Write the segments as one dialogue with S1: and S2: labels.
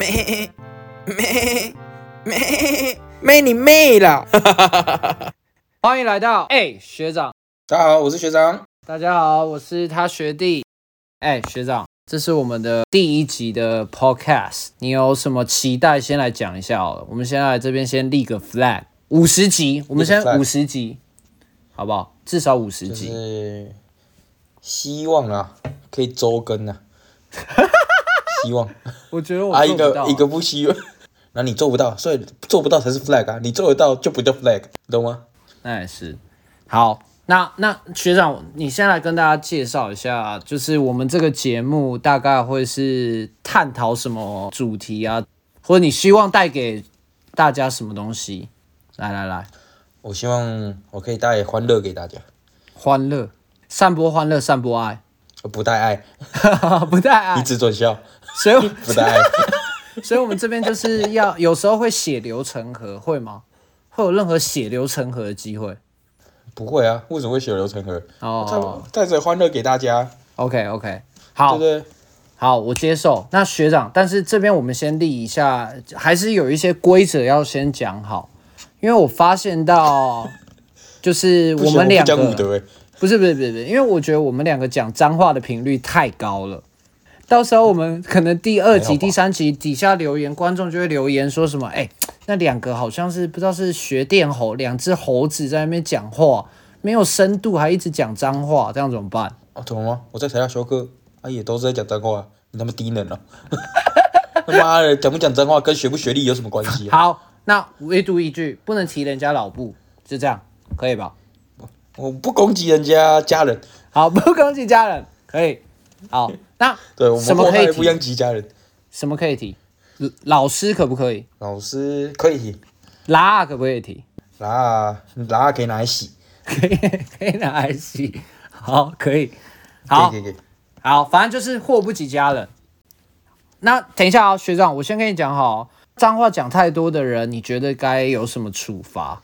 S1: 妹妹妹妹你妹啦！
S2: 欢迎来到哎、学长，
S1: 大家好，我是学长。
S2: 大家好，我是他学弟。哎、学长，这是我们的第一集的 podcast，你有什么期待？先来讲一下好了。我们先来这边先立个 flag，五十集，我们先
S1: 立个 flag
S2: 五十集，好不好？至少五十
S1: 就
S2: 集。
S1: 是希望啦，可以周更 啊，希望
S2: 我觉得我
S1: 啊
S2: 做
S1: 一
S2: 不到、
S1: 个一个不希望，那你做不到，所以做不到才是 flag 啊，你做得到就不叫 flag，懂吗？
S2: 那也哎是。好，那那学长，你先来跟大家介绍一下，就是我们这个节目大概会是探讨什么主题啊，或者你希望带给大家什么东西？来来来，
S1: 我希望我可以带欢乐给大家，
S2: 欢乐，散播欢乐，散播爱，
S1: 我不带爱，
S2: 不带
S1: 你
S2: 爱，
S1: 只准笑，
S2: 所以我
S1: 不 带爱。
S2: 所以我们这边就是要有时候会血流成河，会吗？会有任何血流成河的机会？
S1: 不会啊，为什么会血流成河？
S2: 哦
S1: 带带着欢乐给大家，
S2: ，OK OK，
S1: 对
S2: 好
S1: 不，对？
S2: 好，我接受。那学长，但是这边我们先立一下，还是有一些规则要先讲好，因为我发现到，就是
S1: 不
S2: 我
S1: 行
S2: 们两
S1: 不讲武
S2: 个
S1: 德欸，
S2: 不是不是不是不是，因为我觉得我们两个讲脏话的频率太高了。到时候我们可能第二
S1: 还好
S2: 集、
S1: 吧
S2: 第三集底下留言，观众就会留言说什么：“哎、那两个好像是不知道是学电猴，两只猴子在那边讲话，没有深度，还一直讲脏话，这样怎么办？”
S1: 啊，懂了吗？我在台下修课，啊也都是在讲脏话，你他妈低能哦！ 他妈的，讲不讲脏话跟学不学历有什么关系啊？
S2: 好，那唯独一句不能提人家老布，就这样，可以吧？
S1: 我不攻击人家家人，
S2: 好， 不攻击家人，可以。好，那
S1: 对我
S2: 什
S1: 们
S2: 么
S1: 祸
S2: 可以
S1: 害不殃
S2: 提？
S1: 及家人。
S2: 什么可以提？呃老师可不可以？
S1: 老师可以提，
S2: 拉可不可以提？
S1: 拿拿可以拿来洗，
S2: 可以，可以拿来洗。好，可
S1: 可
S2: 以。
S1: 以
S2: 好
S1: 可，以可以。
S2: 好，反正就是祸不及家人。那等一下哦，学长，我先跟你讲好哦，脏话讲太多的人，你觉得该有什么处罚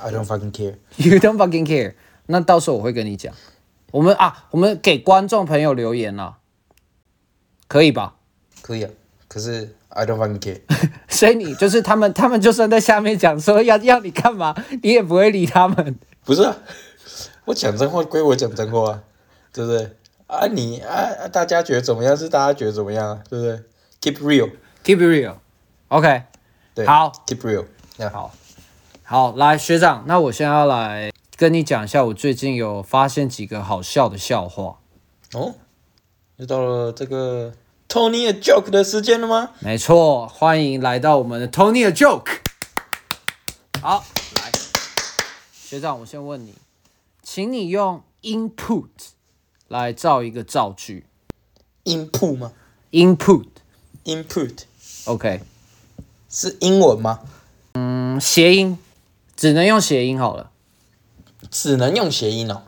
S1: I don't fucking care。
S2: ？You don't fucking care。那到时候我会跟你讲。我们啊，我们给观众朋友留言了，可以吧？
S1: 可以啊，可是 I don't fucking care。
S2: 所以你就是他们，他们就算在下面讲说要要你干嘛，你也不会理他们。
S1: 不是啊，我讲真话归我讲真话啊，对不对？啊你啊，啊大家觉得怎么样是大家觉得怎么样啊，对不对？Keep real，
S2: Keep it real，OK，、
S1: 对，
S2: 好
S1: ，Keep real，那好，
S2: 好，来学长，那我现在要来跟你讲一下，我最近有发现几个好笑的笑话。
S1: 哦，又到了这个 Tony 的 joke 的时间了吗？
S2: 没错，欢迎来到我们的 Tony 的 Joke。好，来，学长，我先问你，请你用 input 来造一个造句。
S1: input 吗
S2: input，OK，、
S1: ？input 是英文吗？
S2: 嗯，谐音，只能用谐音好了。
S1: 只能用谐音哦。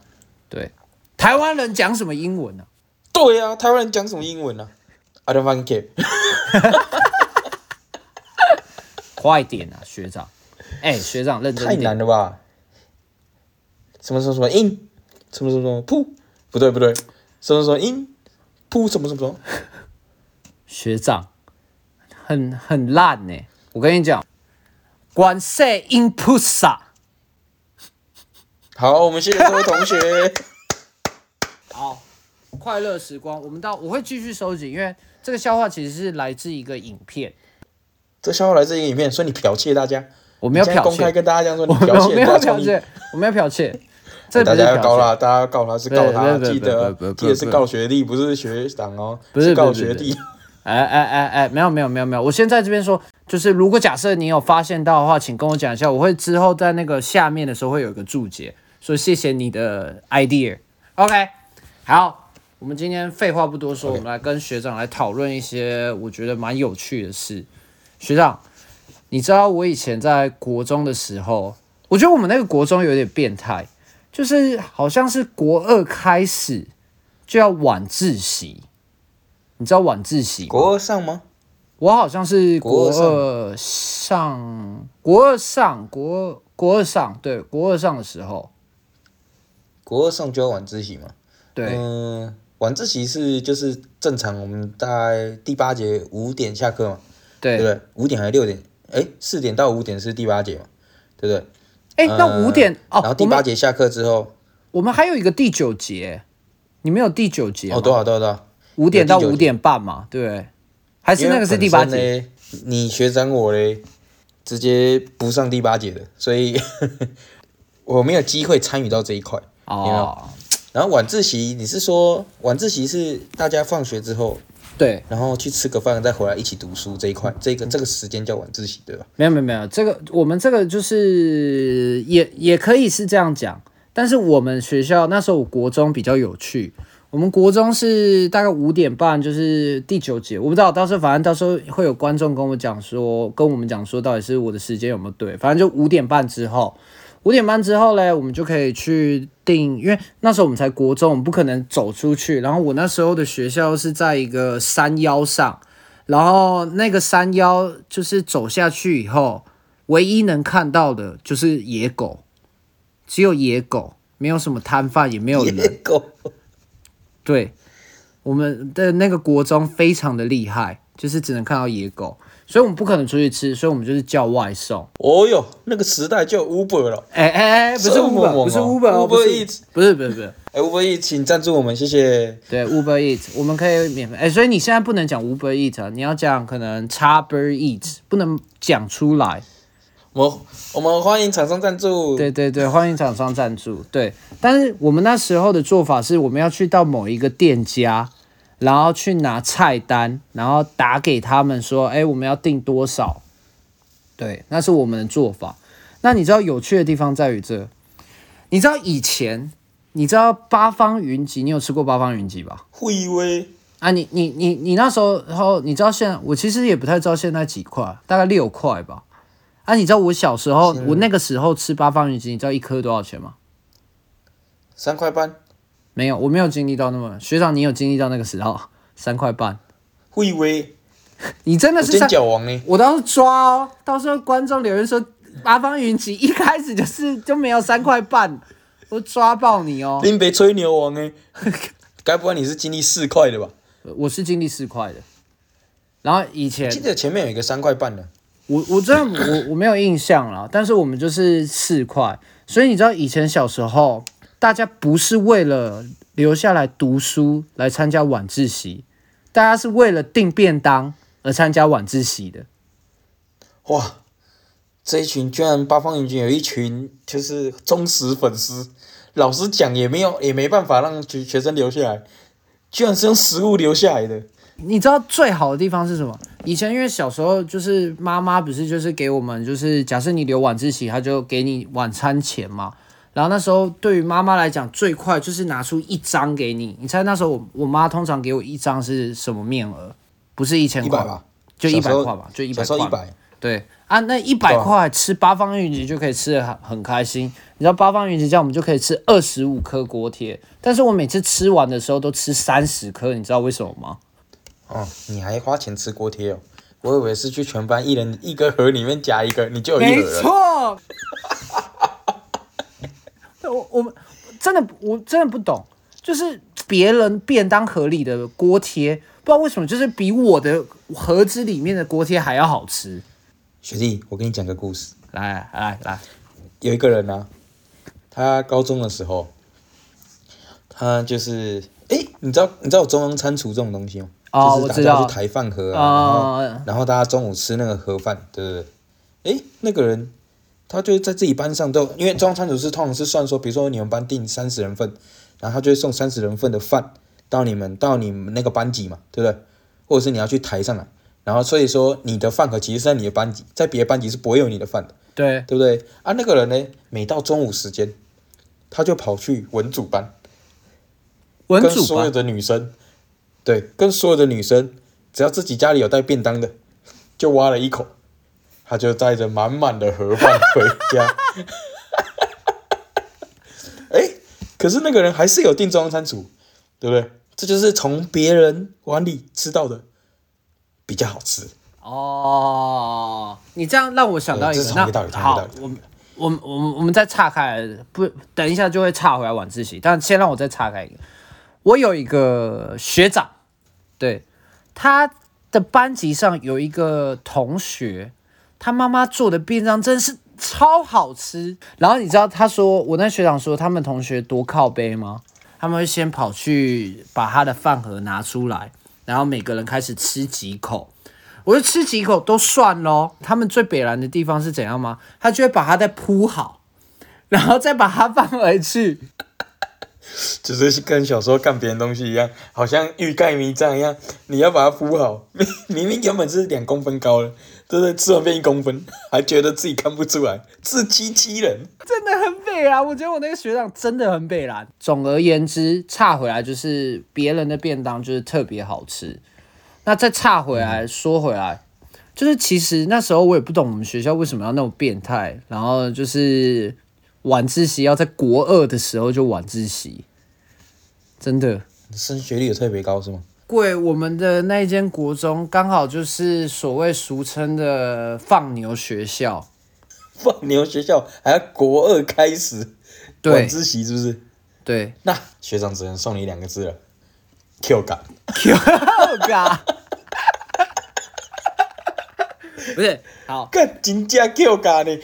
S2: 对，台湾人讲什么英文呢、
S1: 对呀、啊，台湾人讲什么英文呢、啊、？I don't fucking care。
S2: 快点啊，学长！哎、学长认真
S1: 太
S2: 一点
S1: 难。了吧？什么什么什么 in，什么什么什么 p 不对不对，什么什么 in p 什么什么什么，
S2: 学长，很很烂呢、我跟你讲，管塞音菩萨。
S1: 好，我们谢谢这位同 学。
S2: 好，快乐时光，我们到我会继续收集，因为这个笑话其实是来自一个影片，
S1: 这笑话来自一个影片，说你剽窃大家，
S2: 我没有
S1: 你现在
S2: 剽
S1: 公开
S2: 窃，
S1: 跟大家这样说你
S2: 我没有
S1: 剽窃，大家冲
S2: 剽
S1: 你
S2: 窃，我没有 剽窃，这不
S1: 大
S2: 是
S1: 家要告
S2: 剽窃，
S1: 他，大家要告他是告他，
S2: 对对对
S1: 记得
S2: 不不不
S1: 记得是告学弟，不是学长哦，
S2: 不是
S1: 告
S2: 不是
S1: 学
S2: 不
S1: 弟。
S2: 哎哎哎哎，没有没有没有没有，我先在这边说，就是如果假设你有发现到的话，请跟我讲一下，我会之后在那个下面的时候会有一个注解，说谢谢你的 idea。OK，好，我们今天废话不多说，我们来跟学长来讨论一些我觉得蛮有趣的事。学长，你知道我以前在国中的时候，我觉得我们那个国中有点变态，就是好像是国二开始就要晚自习，你知道晚自习吗？
S1: 国二上吗？
S2: 我好像是
S1: 国
S2: 国
S1: 二上
S2: 二上，国二上，国二国二上，对，国二上的时候，
S1: 国二上就要晚自习吗？
S2: 对，
S1: 嗯、晚自习是就是正常，我们大概第八节五点下课嘛，
S2: 对
S1: 对不对？五点还是六点？哎，四点到五点是第八节嘛，对不对？
S2: 哎、那
S1: 呃
S2: 五点、
S1: 然后
S2: 哦，
S1: 第
S2: 我
S1: 八
S2: 们
S1: 节下课之后，
S2: 我们还有一个第九节，你们有第九节
S1: 哦，多少多少多少，
S2: 五点到
S1: 有第九
S2: 五
S1: 节
S2: 点半嘛，对不对？还是
S1: 因为
S2: 那个是第八
S1: 本身
S2: 节？
S1: 嘞，你学长我嘞，直接不上第八节的，所以 我没有机会参与到这一块。有没有
S2: 哦，
S1: 然后晚自习，你是说晚自习是大家放学之后，
S2: 对，
S1: 然后去吃个饭，再回来一起读书这一块，这个这个时间叫晚自习，对吧？
S2: 没有没有没有，这个我们这个就是也也可以是这样讲，但是我们学校那时候我国中比较有趣，我们国中是大概五点半就是第九节，我不知道到时候反正到时候会有观众跟我讲说，跟我们讲说到底是我的时间有没有对，反正就五点半之后。五点半之后嘞，我们就可以去订，因为那时候我们才国中，我们不可能走出去。然后我那时候的学校是在一个山腰上，然后那个山腰就是走下去以后，唯一能看到的就是野狗，只有野狗，没有什么摊贩，也没 有人。
S1: 野狗，
S2: 对，我们的那个国中非常的厉害，就是只能看到野狗，所以我们不可能出去吃，所以我们就是叫外送。
S1: 哦哟，那个时代就有 Uber 了。
S2: 哎哎哎，不是
S1: 这么
S2: Uber，、
S1: 猛
S2: 不是
S1: 哦
S2: Uber，哦
S1: Uber
S2: 不是
S1: Eats
S2: 不是不是不是，
S1: 哎，Uber E，请赞助我们，谢谢。
S2: 对 Uber Eats，我们可以免费。哎，所以你现在不能讲 Uber Eats，、啊、你要讲可能 x Uber Eats，不能讲出来。
S1: 我们我们欢迎厂商赞助。
S2: 对对对，欢迎厂商赞助。对，但是我们那时候的做法是，我们要去到某一个店家，然后去拿菜单，然后打给他们说，哎，我们要订多少？对，那是我们的做法。那你知道有趣的地方在于这，你知道以前，你知道八方云集，你有吃过八方云集吧？
S1: 惠威
S2: 啊，你你你你那时候，然后你知道现在，我其实也不太知道现在几块，大概六块吧。啊，你知道我小时候，我那个时候吃八方云集，你知道一颗多少钱吗？
S1: 三块半，
S2: 没有，我没有经历到那么。学长，你有经历到那个时候三块半？
S1: 惠威
S2: 你真的
S1: 我
S2: 是
S1: 煎
S2: 三？
S1: 饺王呢？
S2: 我到时候抓哦，到时候观众留言说八方云集一开始就是就没有三块半，我抓爆你哦！
S1: 林北吹牛王 呢？该不会你是经历四块的吧？
S2: 我是经历四块的，然后以前
S1: 记得前面有一个三块半的，
S2: 我我真的我我没有印象啦，但是我们就是四块，所以你知道以前小时候，大家不是为了留下来读书来参加晚自习，大家是为了订便当而参加晚自习的。
S1: 哇！这一群居然八方云集有一群就是忠实粉丝，老师讲也没有也没办法让学学生留下来，居然是用食物留下来的。
S2: 你知道最好的地方是什么？以前因为小时候就是妈妈不是就是给我们就是假设你留晚自习，她就给你晚餐钱嘛。然后那时候对于妈妈来讲最快就是拿出一张给你。你猜那时候我我妈通常给我一张是什么面额？不是一千块
S1: 100吧？
S2: 就一
S1: 小时
S2: 百
S1: 候
S2: 块吧？就一
S1: 小
S2: 百
S1: 时候
S2: 块
S1: 一
S2: 嘛。
S1: 百，
S2: 对啊，那一百块吃八方云集就可以吃的很很开心。你知道八方云集这样，我们就可以吃二十五颗锅贴。但是我每次吃完的时候都吃三十颗，你知道为什么吗？
S1: 哦，你还花钱吃锅贴哦？我以为是去全班一人一个盒里面夹一个，你就有一
S2: 没
S1: 盒了。
S2: 错。 我我们真的我真的不懂，就是别人便当盒里的锅贴，不知道为什么就是比我的盒子里面的锅贴还要好吃。
S1: 学弟，我跟你讲个故事。
S2: 来来来，
S1: 有一个人啊，他高中的时候，他就是哎、你知道你知道中央餐厨这种东西吗？
S2: 哦
S1: 就是
S2: 我
S1: 大
S2: 知
S1: 家
S2: 道
S1: 去抬饭盒啊，然
S2: 哦
S1: 后然后大家中午吃那个盒饭，对不对？哎、那个人他就在自己班上都，因为中央餐厨是通常是算说，比如说你们班订三十人份，然后他就会送三十人份的饭到你们到你们那个班级嘛，对不对？或者是你要去抬上来，然后所以说你的饭盒其实是在你的班级，在别的班级是不会有你的饭的。
S2: 对，
S1: 对不对？啊，那个人呢，每到中午时间，他就跑去文组班，
S2: 文
S1: 跟
S2: 主
S1: 所有
S2: 吧，
S1: 的女生，对，跟所有的女生，只要自己家里有带便当的，就挖了一口，他就带着满满的盒饭回家。 哎，可是那个人还是有订中央餐厨，对不对？这就是从别人碗里吃到的比较好吃。
S2: 哦，你这样让我想到一
S1: 对
S2: 个
S1: 这是，同一道
S2: 那
S1: 理
S2: 好
S1: 同一道，理
S2: 我们我们我们我们再岔开来，不，等一下就会岔回来晚自习，但先让我再岔开一个，我有一个学长，对他的班级上有一个同学，他妈妈做的便当真是超好吃。然后你知道他说我那学长说他们同学多靠背吗？他们会先跑去把他的饭盒拿出来，然后每个人开始吃几口。我就吃几口都算咯。他们最北蓝的地方是怎样吗？他就会把它再铺好，然后再把它放回去。
S1: 就是跟小时候干别人东西一样，好像欲盖弥彰一样，你要把它铺好。 明明明原本是两公分高了，对不对？吃完变一公分， 还觉得自己看不出来，自欺欺人。
S2: 真的很北蓝，我觉得我那个学长真的很北蓝。总而言之，差回来就是别人的便当就是特别好吃。那再差回来说回来，就是其实那时候我也不懂我们学校为什么要那么变态，然后就是晚自习要在国二的时候就晚自习，真的。
S1: 升学率有特别高是吗？
S2: 贵，我们的那一间国中刚好就是所谓俗称的放牛学校，
S1: 放牛学校还要国二开始
S2: 对
S1: 晚自习是不是？
S2: 对，
S1: 那学长只能送你两个字了，Q 感。
S2: 好嘎，不是好，
S1: 干真正 Q 感呢？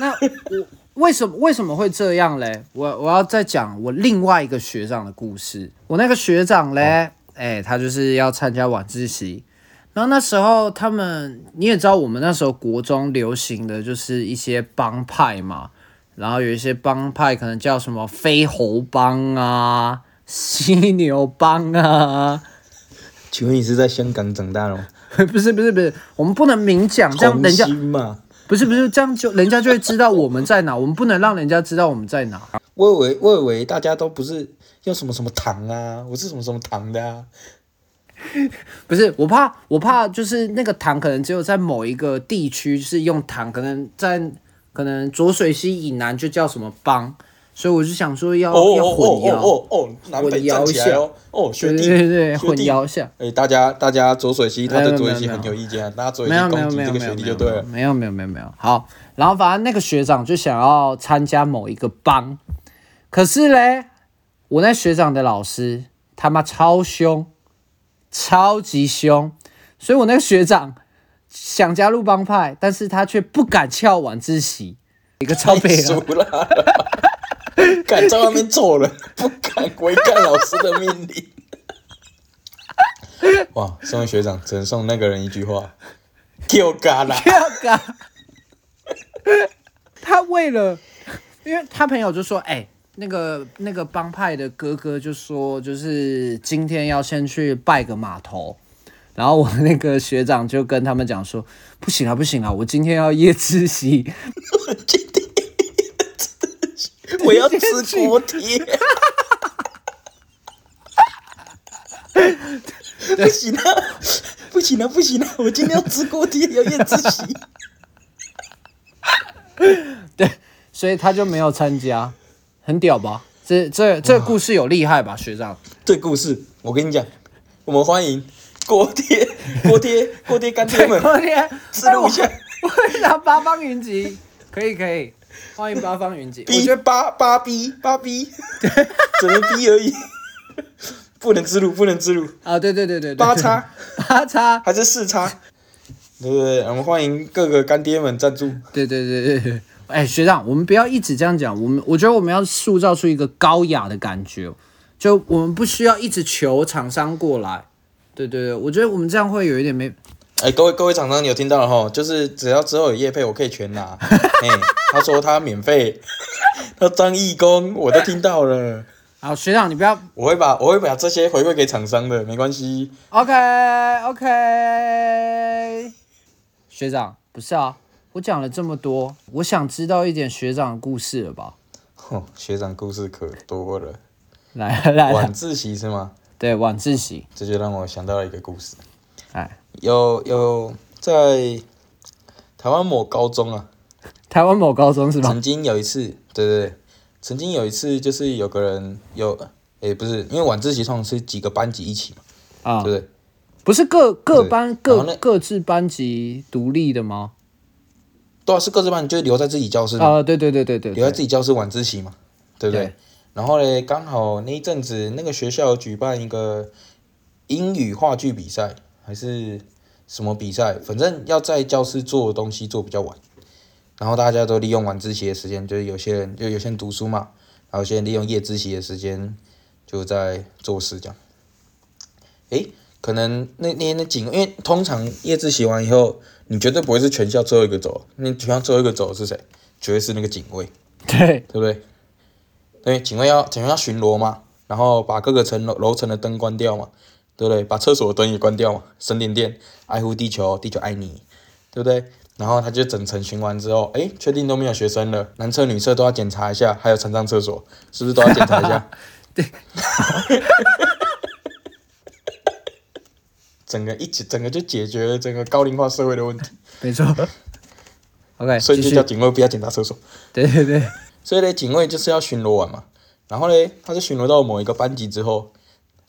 S2: 那我为什么为什么会这样嘞？我我要再讲我另外一个学长的故事。我那个学长嘞，哎、他就是要参加晚自习，然后那时候他们你也知道，我们那时候国中流行的就是一些帮派嘛，然后有一些帮派可能叫什么飞猴帮啊、犀牛帮啊，
S1: 请问你是在香港长大的吗？
S2: 不是不是不是，我们不能明讲，这样
S1: 红
S2: 人家
S1: 心嘛。
S2: 不是不是这样就人家就会知道我们在哪，我们不能让人家知道我们在哪。
S1: 我以为我以为大家都不是用什么什么糖啊，我是什么什么糖的啊。
S2: 不是，我怕，我怕就是那个糖可能只有在某一个地区是用糖，可能在可能浊水溪以南就叫什么帮，所以我就想说要、
S1: 哦哦
S2: 要混
S1: 哦
S2: 淆，
S1: 哦哦哦，南北站起来哦，哦学
S2: 对
S1: 弟
S2: 对对，
S1: 学
S2: 混
S1: 弟。
S2: 淆一下。
S1: 哎、大家大家左水溪，他
S2: 没有
S1: 对左
S2: 没
S1: 水
S2: 有
S1: 溪
S2: 没有
S1: 很有意见啊，大家左水
S2: 没有
S1: 溪攻
S2: 没有
S1: 击
S2: 没有
S1: 这个
S2: 没有
S1: 学弟
S2: 没
S1: 就
S2: 有
S1: 对了。
S2: 没有没有没有没有好，然后反正那个学长就想要参加某一个帮，可是嘞，我那学长的老师他妈超凶，超级凶，所以我那个学长想加入帮派，但是他却不敢翘晚自习，一个 超北
S1: 输
S2: 了。
S1: 了，敢在外面揍人，不敢违抗老师的命令。哇，身为学长，只能送那个人一句话： 丢嘎啦！
S2: 第二个，他为了，因为他朋友就说，哎、那个那个帮派的哥哥就说，就是今天要先去拜个码头。然后我那个学长就跟他们讲说，不行啊，不行啊，我今天要夜自习，
S1: 我要吃锅贴。 不行啊！不行啊！不行啊！我今天要吃锅贴，要夜自习。
S2: 对，所以他就没有参加，很屌吧？这这这故事有厉害吧，学长？
S1: 这故事，我跟你讲，我们欢迎锅贴、锅贴、锅贴干 爹们
S2: 昨天
S1: 记录一下。
S2: 我会拿八方云集，可以可以，欢迎八方云集。我
S1: 逼
S2: 觉得
S1: 八八逼八逼， 只能逼而已，不能自录，不能自录，
S2: 啊，对对对对对，
S1: 八叉
S2: 八叉，
S1: 还是四叉，对不对？我们欢迎各个干爹们赞助。
S2: 对对对对对。哎，学长，我们不要一直这样讲，我们我觉得我们要塑造出一个高雅的感觉，就我们不需要一直求厂商过来。对对对，我觉得我们这样会有一点没
S1: 哎，各位各位厂商，你有听到了哈？就是只要之后有业配，我可以全拿。哎，他说他免费， 他当义工，我都听到了。
S2: 好，学长你不要
S1: 我会把我会把这些回馈给厂商的，没关系。
S2: OK OK，学长不是啊，我讲了这么多，我想知道一点学长的故事了吧？
S1: 哼，学长故事可多了。
S2: 来来来
S1: 晚，自习是吗？
S2: 对晚自习，
S1: 这就让我想到了一个故事。
S2: 哎，
S1: 有有在台湾某高中啊，
S2: 台湾某高中是吧？
S1: 曾经有一次，对对对，曾经有一次就是有个人有，诶、不是，因为晚自习通常是几个班级一起嘛，
S2: 啊、
S1: 对不对？
S2: 不是各各班
S1: 然后
S2: 各
S1: 那
S2: 各自班级独立的吗？
S1: 对啊，是各自班，你就留在自己教室嘛，
S2: 啊、对对对对对
S1: 留在
S2: 对，
S1: 自己教室晚自习嘛，对不对？
S2: 对
S1: 然后嘞，刚好那一阵子那个学校有举办一个英语话剧比赛，还是什么比赛，反正要在教室做的东西做比较晚。然后大家都利用晚自习的时间，就是有些人就有些人读书嘛，然后有些人利用夜自习的时间就在做事这样。诶，可能那那那几个，因为通常夜自习完以后，你绝对不会是全校最后一个走，那全校最后一个走的是谁？绝对是那个警卫。
S2: 对，
S1: 对不对？对，警卫要警卫要巡逻嘛，然后把各个层楼楼层的灯关掉嘛，对不对？把厕所的灯也关掉嘛，省点电，爱护地球，地球爱你，对不对？然后他就整层巡完之后，诶，确定都没有学生了，男厕女厕都要检查一下，还有残障厕所是不是都要检查一下？
S2: 对，
S1: 整个一起整个就解决了整个高龄化社会的问题，
S2: 没错。OK，
S1: 所以
S2: 继
S1: 就
S2: 续
S1: 叫。警卫不要检查厕所。
S2: 对对对，
S1: 所以嘞，警卫就是要巡逻完嘛。然后嘞，他就巡逻到某一个班级之后，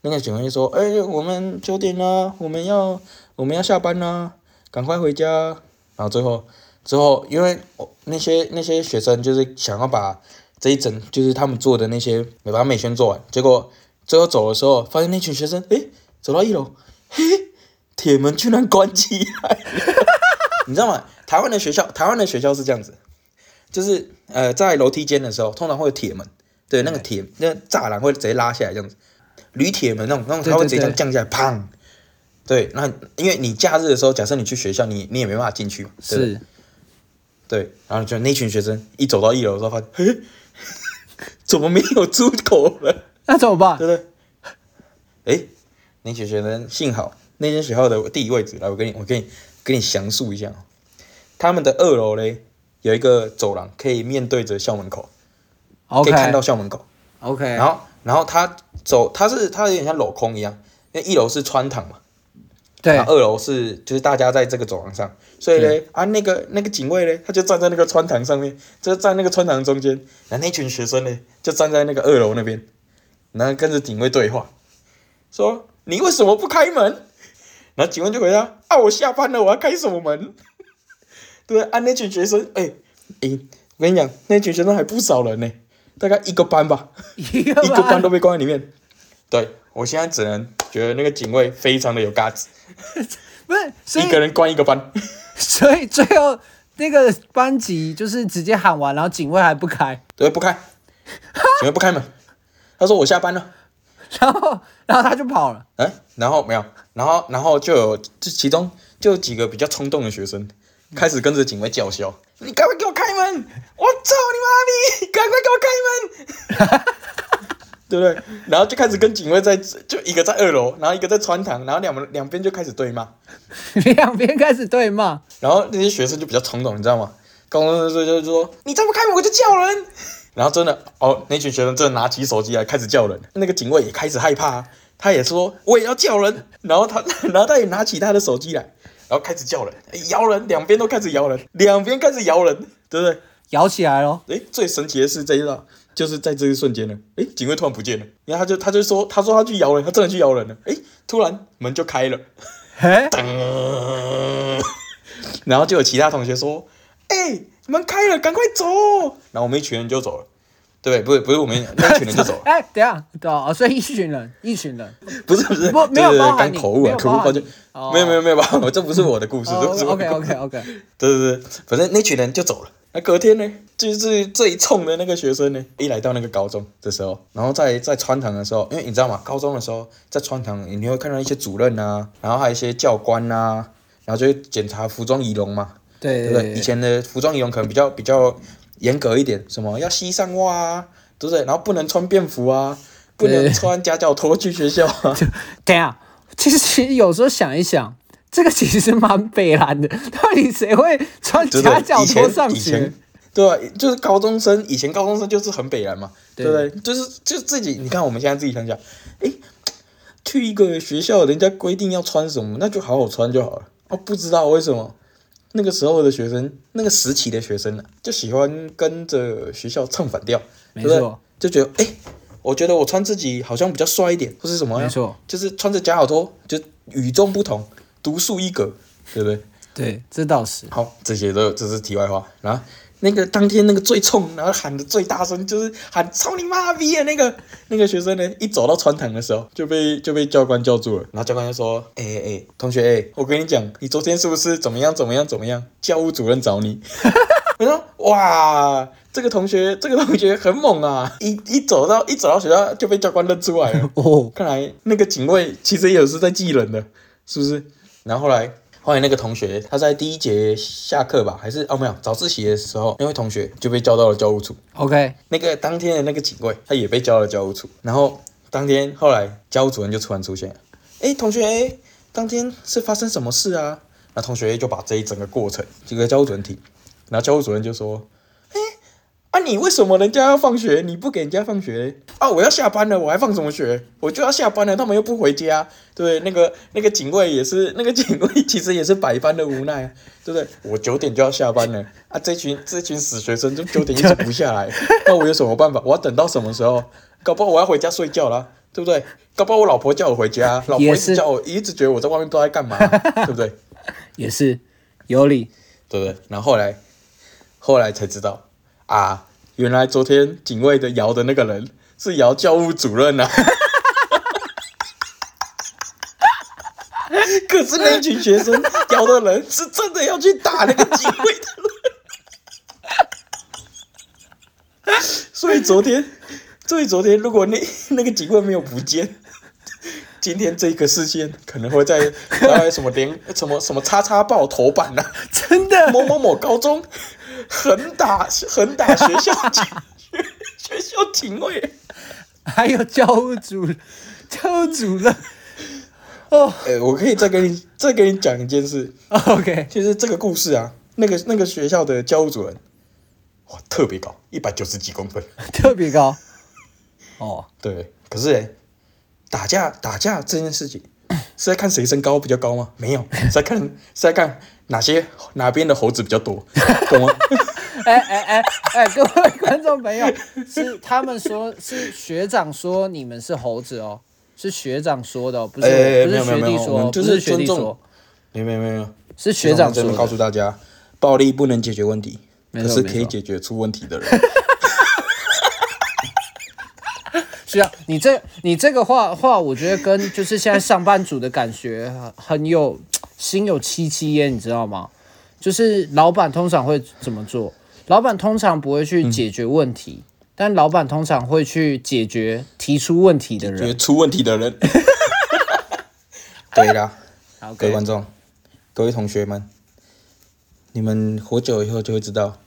S1: 那个警卫就说：“哎、我们九点啦，我们要我们要下班啦，赶快回家。”然后最后之后，因为哦那些那些学生就是想要把这一整就是他们做的那些美把美宣做完，结果最后走的时候，发现那群学生哎、走到一楼，嘿，铁门居然关起来了， 你知道吗？台湾的学校，台湾的学校是这样子，就是呃，在楼梯间的时候，通常会有铁门，对，那个铁那个栅栏会直接拉下来这样子，铝铁门那种，那种
S2: 对
S1: 它会
S2: 对
S1: 直接这样
S2: 对
S1: 降下来，砰。对，那因为你假日的时候，假设你去学校，你你也没办法进去嘛，对不对
S2: 是
S1: 对，然后就那群学生一走到一楼的时候，发现， 嘿，怎么没有出口了？
S2: 那怎么办？
S1: 对不对？哎，那群学生幸好那间学校的地理位置，来，我跟你，我跟你，跟你详述一下哦。他们的二楼嘞有一个走廊，可以面对着校门口
S2: OK
S1: 可以看到校门口。
S2: OK，
S1: 然后，然后他走，他是他有点像镂空一样，因为一楼是穿堂嘛，
S2: 对
S1: 然后二楼是就是大家在这个走廊上，所以嘞啊那个那个警卫嘞，他就站在那个穿堂上面，就站那个穿堂中间，然后那群学生嘞就站在那个二楼那边，然后跟着警卫对话，说你为什么不开门？然后警卫就回答啊我下班了，我要开什么门？ 对啊那群学生哎哎、我跟你讲那群学生还不少人呢、大概一个班吧。
S2: 一个
S1: 一个班
S2: 班
S1: 都被关在里面。对我现在只能觉得那个警卫非常的有 guts，
S2: 不是，所以
S1: 一个人关一个班。
S2: 所以最后那个班级就是直接喊完，然后警卫还不开，
S1: 对，不开，警卫不开门。他说我下班了，
S2: 然后然后他就跑了。
S1: 哎、然后没有，然后然后就有这其中就有几个比较冲动的学生
S2: 嗯
S1: 开始跟着警卫叫嚣：“你赶快给我开门！我操你妈逼！赶快给我开门！” 对不对？然后就开始跟警卫在就一个在二楼，然后一个在穿堂，然后两两边就开始对骂。
S2: 两边开始对骂，
S1: 然后那些学生就比较冲动，你知道吗？高中生就就说：“你再不开门，我就叫人。”然后真的哦，那群学生真的拿起手机来开始叫人，那个警卫也开始害怕、啊他也说：“我也要叫人。”然后他，然后他也拿起他的手机来，然后开始叫人，哎摇人，两边都开始摇人，两边开始摇人，对不对？
S2: 摇起 来咯。
S1: 诶，最神奇的是这一道，就是在这一瞬间呢，诶，警卫突然不见了，然后他就他就说，他说他去摇人，他真的去摇人了，诶，突然门就开了。
S2: 嘿，
S1: 噔，然后就有其他同学说：“哎、门开了，赶快走！”然后我们一群人就走了，对不对？不是，不是我 们那群人就走了，
S2: 哎，等一下，对哦，所以一群人，一群人，
S1: 不是不是，
S2: 不没有
S1: 对对对
S2: 包含
S1: 刚
S2: 你
S1: 口误
S2: 没
S1: 啊，
S2: 有
S1: 口
S2: 包
S1: 误
S2: 含
S1: 抱歉
S2: 你哦，
S1: 没有没有没有包含我，这不是我的故事，这不是我
S2: OK
S1: 的故事
S2: OK，OK，
S1: 对对对，反正那群人就走了。那隔天呢，就是最冲的那个学生呢，一来到那个高中的时候，然后在在穿堂的时候，因为你知道吗？高中的时候在穿堂，你会看到一些主任啊，然后还有一些教官啊，然后就会检查服装仪容嘛，
S2: 对
S1: 对不对？以前的服装仪容可能比较比较严格一点，什么要西上袜啊，对不对？然后不能穿便服啊，不能
S2: 对
S1: 穿夹脚拖去学校啊。
S2: 等一下，其实有时候想一想，这个其实蛮北蓝的， 到底谁会 穿
S1: 对不对
S2: 夹脚
S1: 以
S2: 拖
S1: 前
S2: 上
S1: 以前
S2: 学？
S1: 对啊，就是高中生，以前高中生就是很北然嘛，
S2: 对
S1: 对不对？就是就自己，你看我们现在自己想想，诶，去一个学校，人家规定要穿什么，那就好好穿就好了。哦，不知道为什么那个时候的学生，那个时期的学生呢、啊就喜欢跟着学校唱反调，
S2: 没
S1: 对不对
S2: 错？
S1: 就觉得诶，我觉得我穿自己好像比较帅一点，或是什么样，啊
S2: 没错，
S1: 就是穿着假脚拖，就与众不同，独树一格，对不对？
S2: 对，这倒是。
S1: 好，这些都这是题外话。然后那个当天那个最冲，然后喊的最大声，就是喊“操你妈逼”的啊那个那个学生呢，一走到穿堂的时候就被就被教官叫住了，然后教官就说：“哎哎哎，同学哎、我跟你讲，你昨天是不是怎么样怎么样怎么样？教务主任找你。” 我说：“哇，这个同学这个同学很猛啊！一一走到一走到学校就被教官认出来了。”
S2: 哦，
S1: 看来那个警卫其实也有是在记人的，是不是？然后后来后来那个同学他在第一节下课吧，还是哦没有早自习的时候，那位同学就被叫到了教务处。
S2: OK，
S1: 那个当天的那个警卫他也被叫到教务处，然后当天后来教务主任就突然出现了，哎，同学，哎，当天是发生什么事啊？那同学就把这一整个过程这个教务主任听，然后教务主任就说，啊，你为什么人家要放学，你不给人家放学？啊，我要下班了，我还放什么学？我就要下班了，他们又不回家，对不对？那个那个警卫也是，那个警卫 其实也是百般的无奈，啊对不对？我九点就要下班了，啊，这群这群死学生就九点一直不下 来，那我有什么办法？我要等到什么时候？搞不好我要回家睡觉啦，对不对？搞不好我老婆叫我回家，老婆
S2: 也
S1: 一
S2: 是
S1: 直叫我，一直觉得我在外面不知道在干嘛，对不对？
S2: 也是有理。
S1: 对不对？然后后来，后来才知道啊，原来昨天警卫的摇的那个人是摇教务主任啊。 可是那一群学生摇的人是真的要去打那个警卫的人，所以昨天，所以昨天如果那那个警卫没有不见，今天这个事件可能会在大概什么连什么什么叉叉报头版啊。
S2: 真的
S1: 某某某高中横打横打学 校警学校警卫。
S2: 还有教务主教务主任。哦、
S1: 哎、我可以再跟你再跟你讲一件事，
S2: o k
S1: 就是这个故事啊，那个那个学校的教务主任，哇，特别高，一百九十几公分。
S2: 特别高。哦，
S1: 对，可是哎、打架打架这件事情是在看谁身高比较高吗？没有，是在看是在看哪些哪边的猴子比较多，懂吗？
S2: 哎哎哎哎，各位 观众朋友，是他们说，是学长说你们是猴子哦，是学长说的哦，不是、
S1: 哎哎哎
S2: 不
S1: 没
S2: 是
S1: 有没有
S2: 学
S1: 没
S2: 弟
S1: 有我
S2: 说哦，
S1: 们就
S2: 不
S1: 是
S2: 是学弟
S1: 尊重
S2: 说，
S1: 没有没有没有没有。
S2: 是学长
S1: 真
S2: 说
S1: 的告
S2: 的。
S1: 诉大家，暴力不能解决问题，
S2: 没
S1: 可
S2: 错
S1: 是可
S2: 没
S1: 以
S2: 错
S1: 解决出问题的人。
S2: 是啊，你这你这个话话，我觉得跟就是现在上班族的感觉很很有心有戚戚焉，你知道吗？就是老板通常会怎么做？老板通常不会
S1: 嗯
S2: 去解决问题，但老板通常会去解决提出问题的
S1: 觉
S2: 人。
S1: 得出问题的 人。对啦，各位
S2: OK，
S1: 观众，各位同学们，你们活久以后就会知道，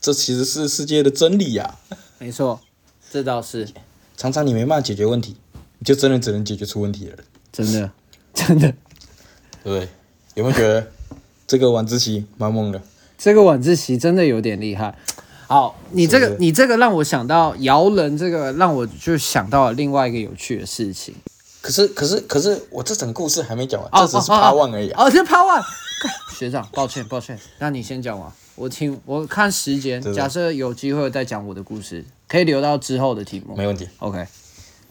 S1: 这其实是世界的真理呀、
S2: 没错，这倒是
S1: 常常你没办法解决问题，你就真的只能解决出问题的人，
S2: 真的， 真的。
S1: 对不对？有没有觉得这个晚自习蛮猛的？
S2: 这个晚自习真的有点厉害。好，你这
S1: 是
S2: 个
S1: 不
S2: 你这个让我想到摇人，这个让我就想到了另外一个有趣的事情。
S1: 可是可是可是，我这整个故事还没讲完，
S2: 哦
S1: 这只是
S2: 哦哦
S1: part one 而已、啊。
S2: 哦，这 Part One，学 长，抱歉抱歉，那你先讲完，我听我看时间
S1: 真，的
S2: 假设有机会再讲我的故事，可以留到之后的题目。
S1: 没问题，
S2: OK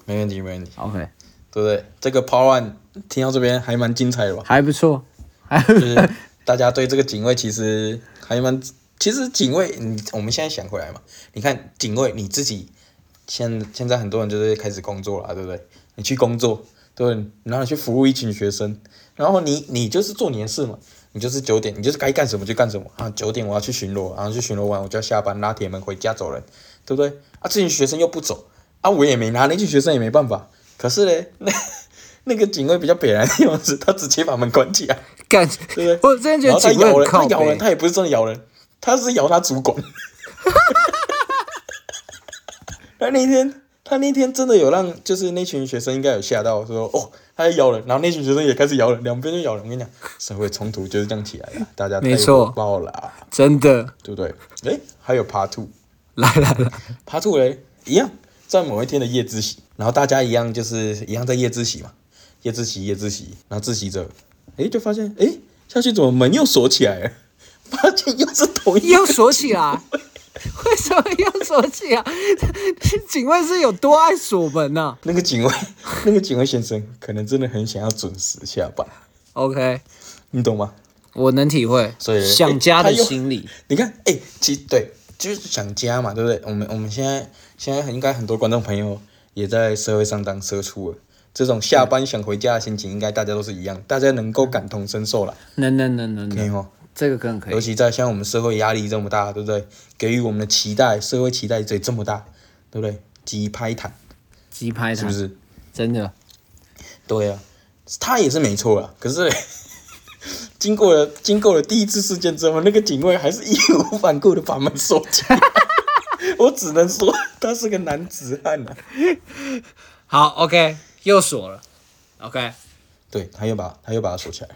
S1: 没问题，没问题，
S2: OK，
S1: 对不对？这个 part one 听到这边还蛮精彩的吧？
S2: 还不错，还不
S1: 就是大家对这个警卫其实还蛮，其实警卫，你我们现在想回来嘛，你看警卫你自己，现现在很多人就是开始工作了啊，对不对？你去工作，对不对？然后你去服务一群学生，然后你你就是做你的事嘛，你就是九点，你就是该干什么就干什么啊，九点我要去巡逻，然后去巡逻完我就要下班拉铁门回家走人，对不对？啊，这群学生又不走，啊，我也没拿，那群学生也没办法。可是嘞，那 那个警卫比较北然的样子，他直接把门关起来。
S2: 干，
S1: 对
S2: 我真的觉
S1: 然
S2: 得
S1: 后他
S2: 警卫
S1: 咬
S2: 很
S1: 人，他
S2: 靠
S1: 咬人，
S2: 背，
S1: 他也不是真的咬人，他是咬他主 管。他那天，他那天真的有让，就是那群学生应该有吓到，说哦，他在咬人，然后那群学生也开始咬人，两边就咬人。我跟你讲，社会冲突就是这样起来的，大家
S2: 没
S1: 太
S2: 错
S1: 火爆了啊，
S2: 真的，
S1: 对不对？诶，还有 Part Two。
S2: 来来来，
S1: 爬兔嘞一样，在某一天的夜自习，然后大家一样就是一样在夜自习嘛，夜自习夜自习，然后自习着，诶，就发现诶，下去怎么门又锁起来了？ 发现又是同一个
S2: 又锁起来， 为什么又锁起来？ 警卫是有多爱锁门啊呐、
S1: 那个警卫，那个警卫先生可能真的很想要准时下班，
S2: o k
S1: 你懂吗？
S2: 我能体会，
S1: 所以
S2: 想家的心理。
S1: 你看，哎、其对，就是想家嘛，对不对？我们我们现在现在应该很多观众朋友也在社会上当社畜了，这种下班想回家的心情，应该大家都是一样，大家能够感同身受啦，
S2: 能能能能
S1: 可以
S2: 能，
S1: 哦。
S2: 这个更可
S1: 尤
S2: 以。
S1: 其在像我们社会压力这么大，对不对？给予我们的期待，社会期待也这么大，对不对？急拍坦
S2: 鸡拍
S1: 是
S2: 他
S1: 不，是？
S2: 真的
S1: 对啊，他也是没错啦。可是 经过了经过了第一次事件之后，那个警卫还是义无反顾的把门锁起来。 我只能说他是个男子汉啊。
S2: 好，OK，又锁了，OK，
S1: 对，他又把他又把它锁起来。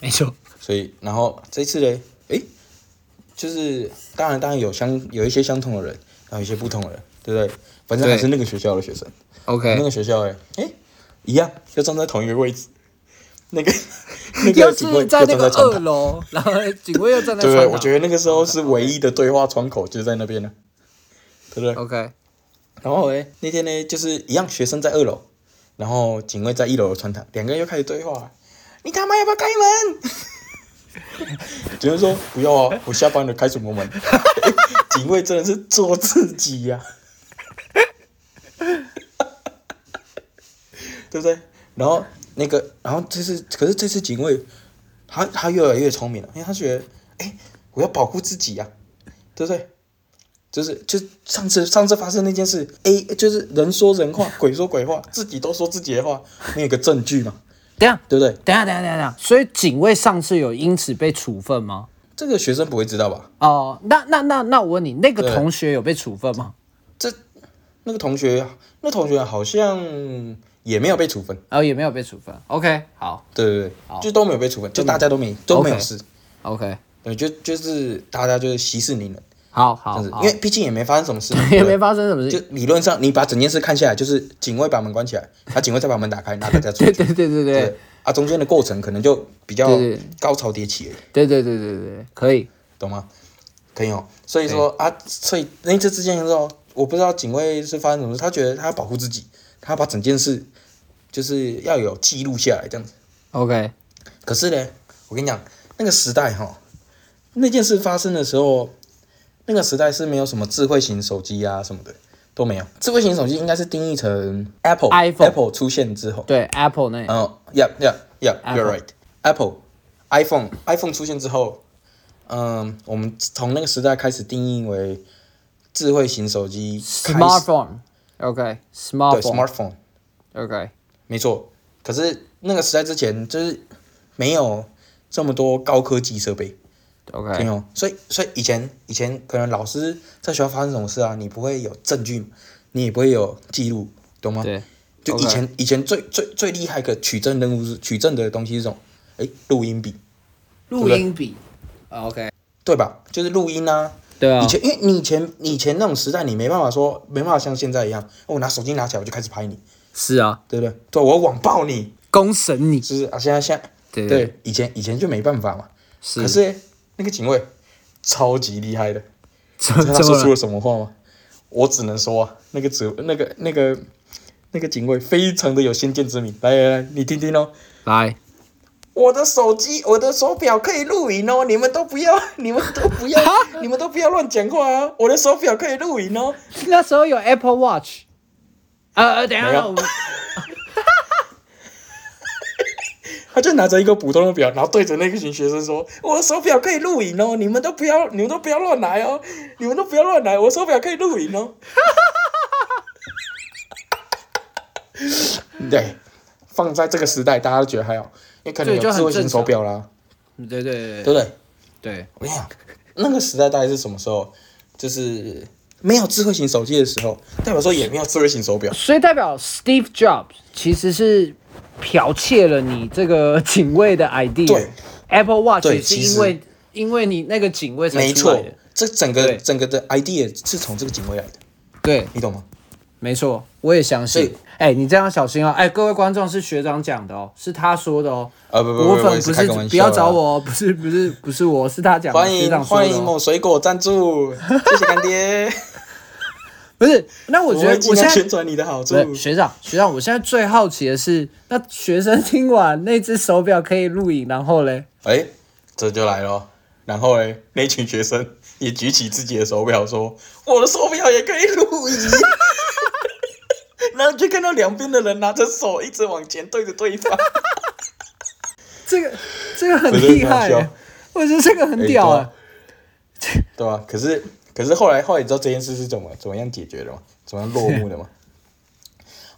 S2: 没错，
S1: 所以，然后这次嘞，诶，就是当然当然有相有一些相同的人，然后有一些不同的人，对不对？反正还是那个学校的学生。那
S2: OK，
S1: 个学校哎、欸，哎、一样，就站在同一个位置。那 个那个
S2: 又
S1: 警卫
S2: 是
S1: 就站
S2: 在那个
S1: 窗
S2: 二
S1: 台，
S2: 楼，然后警卫又站在
S1: 对不对？我
S2: 得
S1: 觉得那个时候是唯一的对话窗口，就在那边了，对不对？
S2: OK，
S1: 然后哎、那天呢，就是一样，学生在二楼，然后警卫在一楼的窗台，两个人又开始对话。你他妈要不要开门？ 警卫说不要啊，我下班了，开什么门？ 警卫真的是做自己呀、 对不对？然后那个，然后这次，可是这次警卫，他他越来越聪明了，因为他觉得，哎，我要保护自己呀、啊对不对？就是就上次上次发生那件事，A 就是人说人话，鬼说鬼话，自己都说自己的话，你有个证据嘛，
S2: 等一下，
S1: 对不对？
S2: 等一下，等一下，等一下，所以警卫上次有因此被处分吗？
S1: 这个学生不会知道吧？
S2: 哦，那那那那我问你，那个
S1: 对
S2: 同学有被处分吗？
S1: 这那个同学，那同学好像也没有被处分，
S2: 然哦后也没有被处分。OK，好
S1: 对对
S2: 哦
S1: 对，就都没有被处分，就大家都没都没有事，
S2: ，OK，
S1: 对，就就是大家就是息事宁人，
S2: 好
S1: 这
S2: 好
S1: 样子，
S2: 好
S1: 因，为毕竟也没发生什么事嘛，
S2: 哦 也
S1: 对不对
S2: 没发生什么事
S1: 就
S2: 情。
S1: 理论上你把整件事看下来，就是警卫把门关起来，他警卫再把门打开，拿大家出去，
S2: 对对对对对
S1: 对啊，中间的过程可能就比较
S2: 对对
S1: 高潮迭起而已。
S2: 对对对对对，可以。
S1: 懂吗？可以哦。所以说啊，所以那次事件之后，我不知道警卫是发生什么事，他觉得他要保护自己，他把整件事就是要有记录下来这样子。
S2: OK，
S1: 可是呢，我跟你讲，那个时代哈，那件事发生的时候，那个时代是没有什么智慧型手机啊什么的都没有。智慧型手机应该是定义成 Apple
S2: iPhone
S1: Apple 出现之后，
S2: 对 Apple 那
S1: 然后 y e a h yeah yeah you're
S2: Apple
S1: right Apple iPhone iPhone 出现之后，嗯，我们从那个时代开始定义为智慧型手机开始对
S2: smartphone，OK，smartphone，OK，
S1: smartphone 没错。可是那个时代之前就是没有这么多高科技设备，没
S2: OK，
S1: 有，所以所以以前以前可能老师在学校发生什么事啊，你不会有证据，你也不会有记录，懂吗？
S2: 对
S1: 就以
S2: OK
S1: 前以前最最最厉害的取证任务是取证的东西是什么？哎，录音笔，
S2: 录音笔，OK，
S1: 对吧？就是录音啊。
S2: 对啊
S1: 以，前因为你以前你以前那种时代，你没办法说没办法像现在一样，哦我拿手机拿起来我就开始拍你，
S2: 是啊，
S1: 对不对？对，我要网暴你，
S2: 公审你，
S1: 是不是啊？现在现在
S2: 对
S1: 对，以前以前就没办法嘛。
S2: 是
S1: 可是欸那个警卫超级厉 害的，
S2: 怎
S1: 你知道他说
S2: 怎
S1: 出
S2: 么
S1: 了
S2: 了
S1: 什么话吗？我只能说啊，那个指那个那个那个警卫非常的有先见之明。来来来，你听听哦。
S2: 来
S1: 我的手机、我的手表可以录影哦，你们都不要， 你们都不要，你们都不要乱讲话啊！我的手表可以录影哦。
S2: 那时候有 Apple Watch，呃，呃等一
S1: 没
S2: 下，
S1: 有
S2: 我们
S1: 他就拿着一个普通的表，然后对着那群学生说：“我的手表可以录影哦，你们都不要，你们都不要乱来哦，你们都不要乱来，我的手表可以录影哦。” 对，放在这个时代，大家都觉得还好，因为可能
S2: 对就
S1: 有
S2: 很
S1: 智慧型
S2: 正
S1: 手
S2: 常
S1: 表啦，
S2: 对对对
S1: 对
S2: 对
S1: 不对？
S2: 对，
S1: 我跟你讲， 那个时代大概是什么时候？就是没有智慧型手机的时候，代表说也没有智慧型手表。
S2: 所以代表 Steve Jobs 其实是剽窃了你这个警卫的 idea。
S1: 对
S2: Apple Watch
S1: 对
S2: 也是
S1: 其实
S2: 因为因为你那个警卫才
S1: 没
S2: 出来
S1: 错
S2: 的。，
S1: 这整个
S2: 对
S1: 整个的 idea 是从这个警卫来的，
S2: 对，
S1: 你懂吗？
S2: 没错，我也相
S1: 所
S2: 信
S1: 以。
S2: 哎、你这样要小心哦。哎、各位观众是学长讲的哦，是他说的哦。
S1: 呃不不不
S2: 果
S1: 我
S2: 粉
S1: 也是
S2: 不
S1: 开
S2: 是
S1: 个玩笑
S2: 不要找我哦，不是不是不是我是他讲的，
S1: 欢
S2: 学
S1: 迎
S2: 长说
S1: 欢
S2: 的、
S1: 迎
S2: 哦。
S1: 某水果赞助，谢谢干爹。
S2: 不是，那
S1: 我
S2: 我觉
S1: 会
S2: 得
S1: 尽
S2: 我现
S1: 量
S2: 在
S1: 宣传你的好处。
S2: 不是学长，学长，我现在最好奇的是，那学生听完那只手表可以录影，然后嘞，
S1: 哎，这就来了。然后嘞，那群学生也举起自己的手表说：“我的手表也可以录影。” 然后就看到两边的人拿着手一直往前对着对方。
S2: 这个这个很厉
S1: 我觉得
S2: 害
S1: 很好笑
S2: 欸，我觉得这个很屌
S1: 哎
S2: 啊、
S1: 对啊对吧、可是可是后来后来你知道这件事是怎么怎么样解决的吗？怎么样落幕的 吗？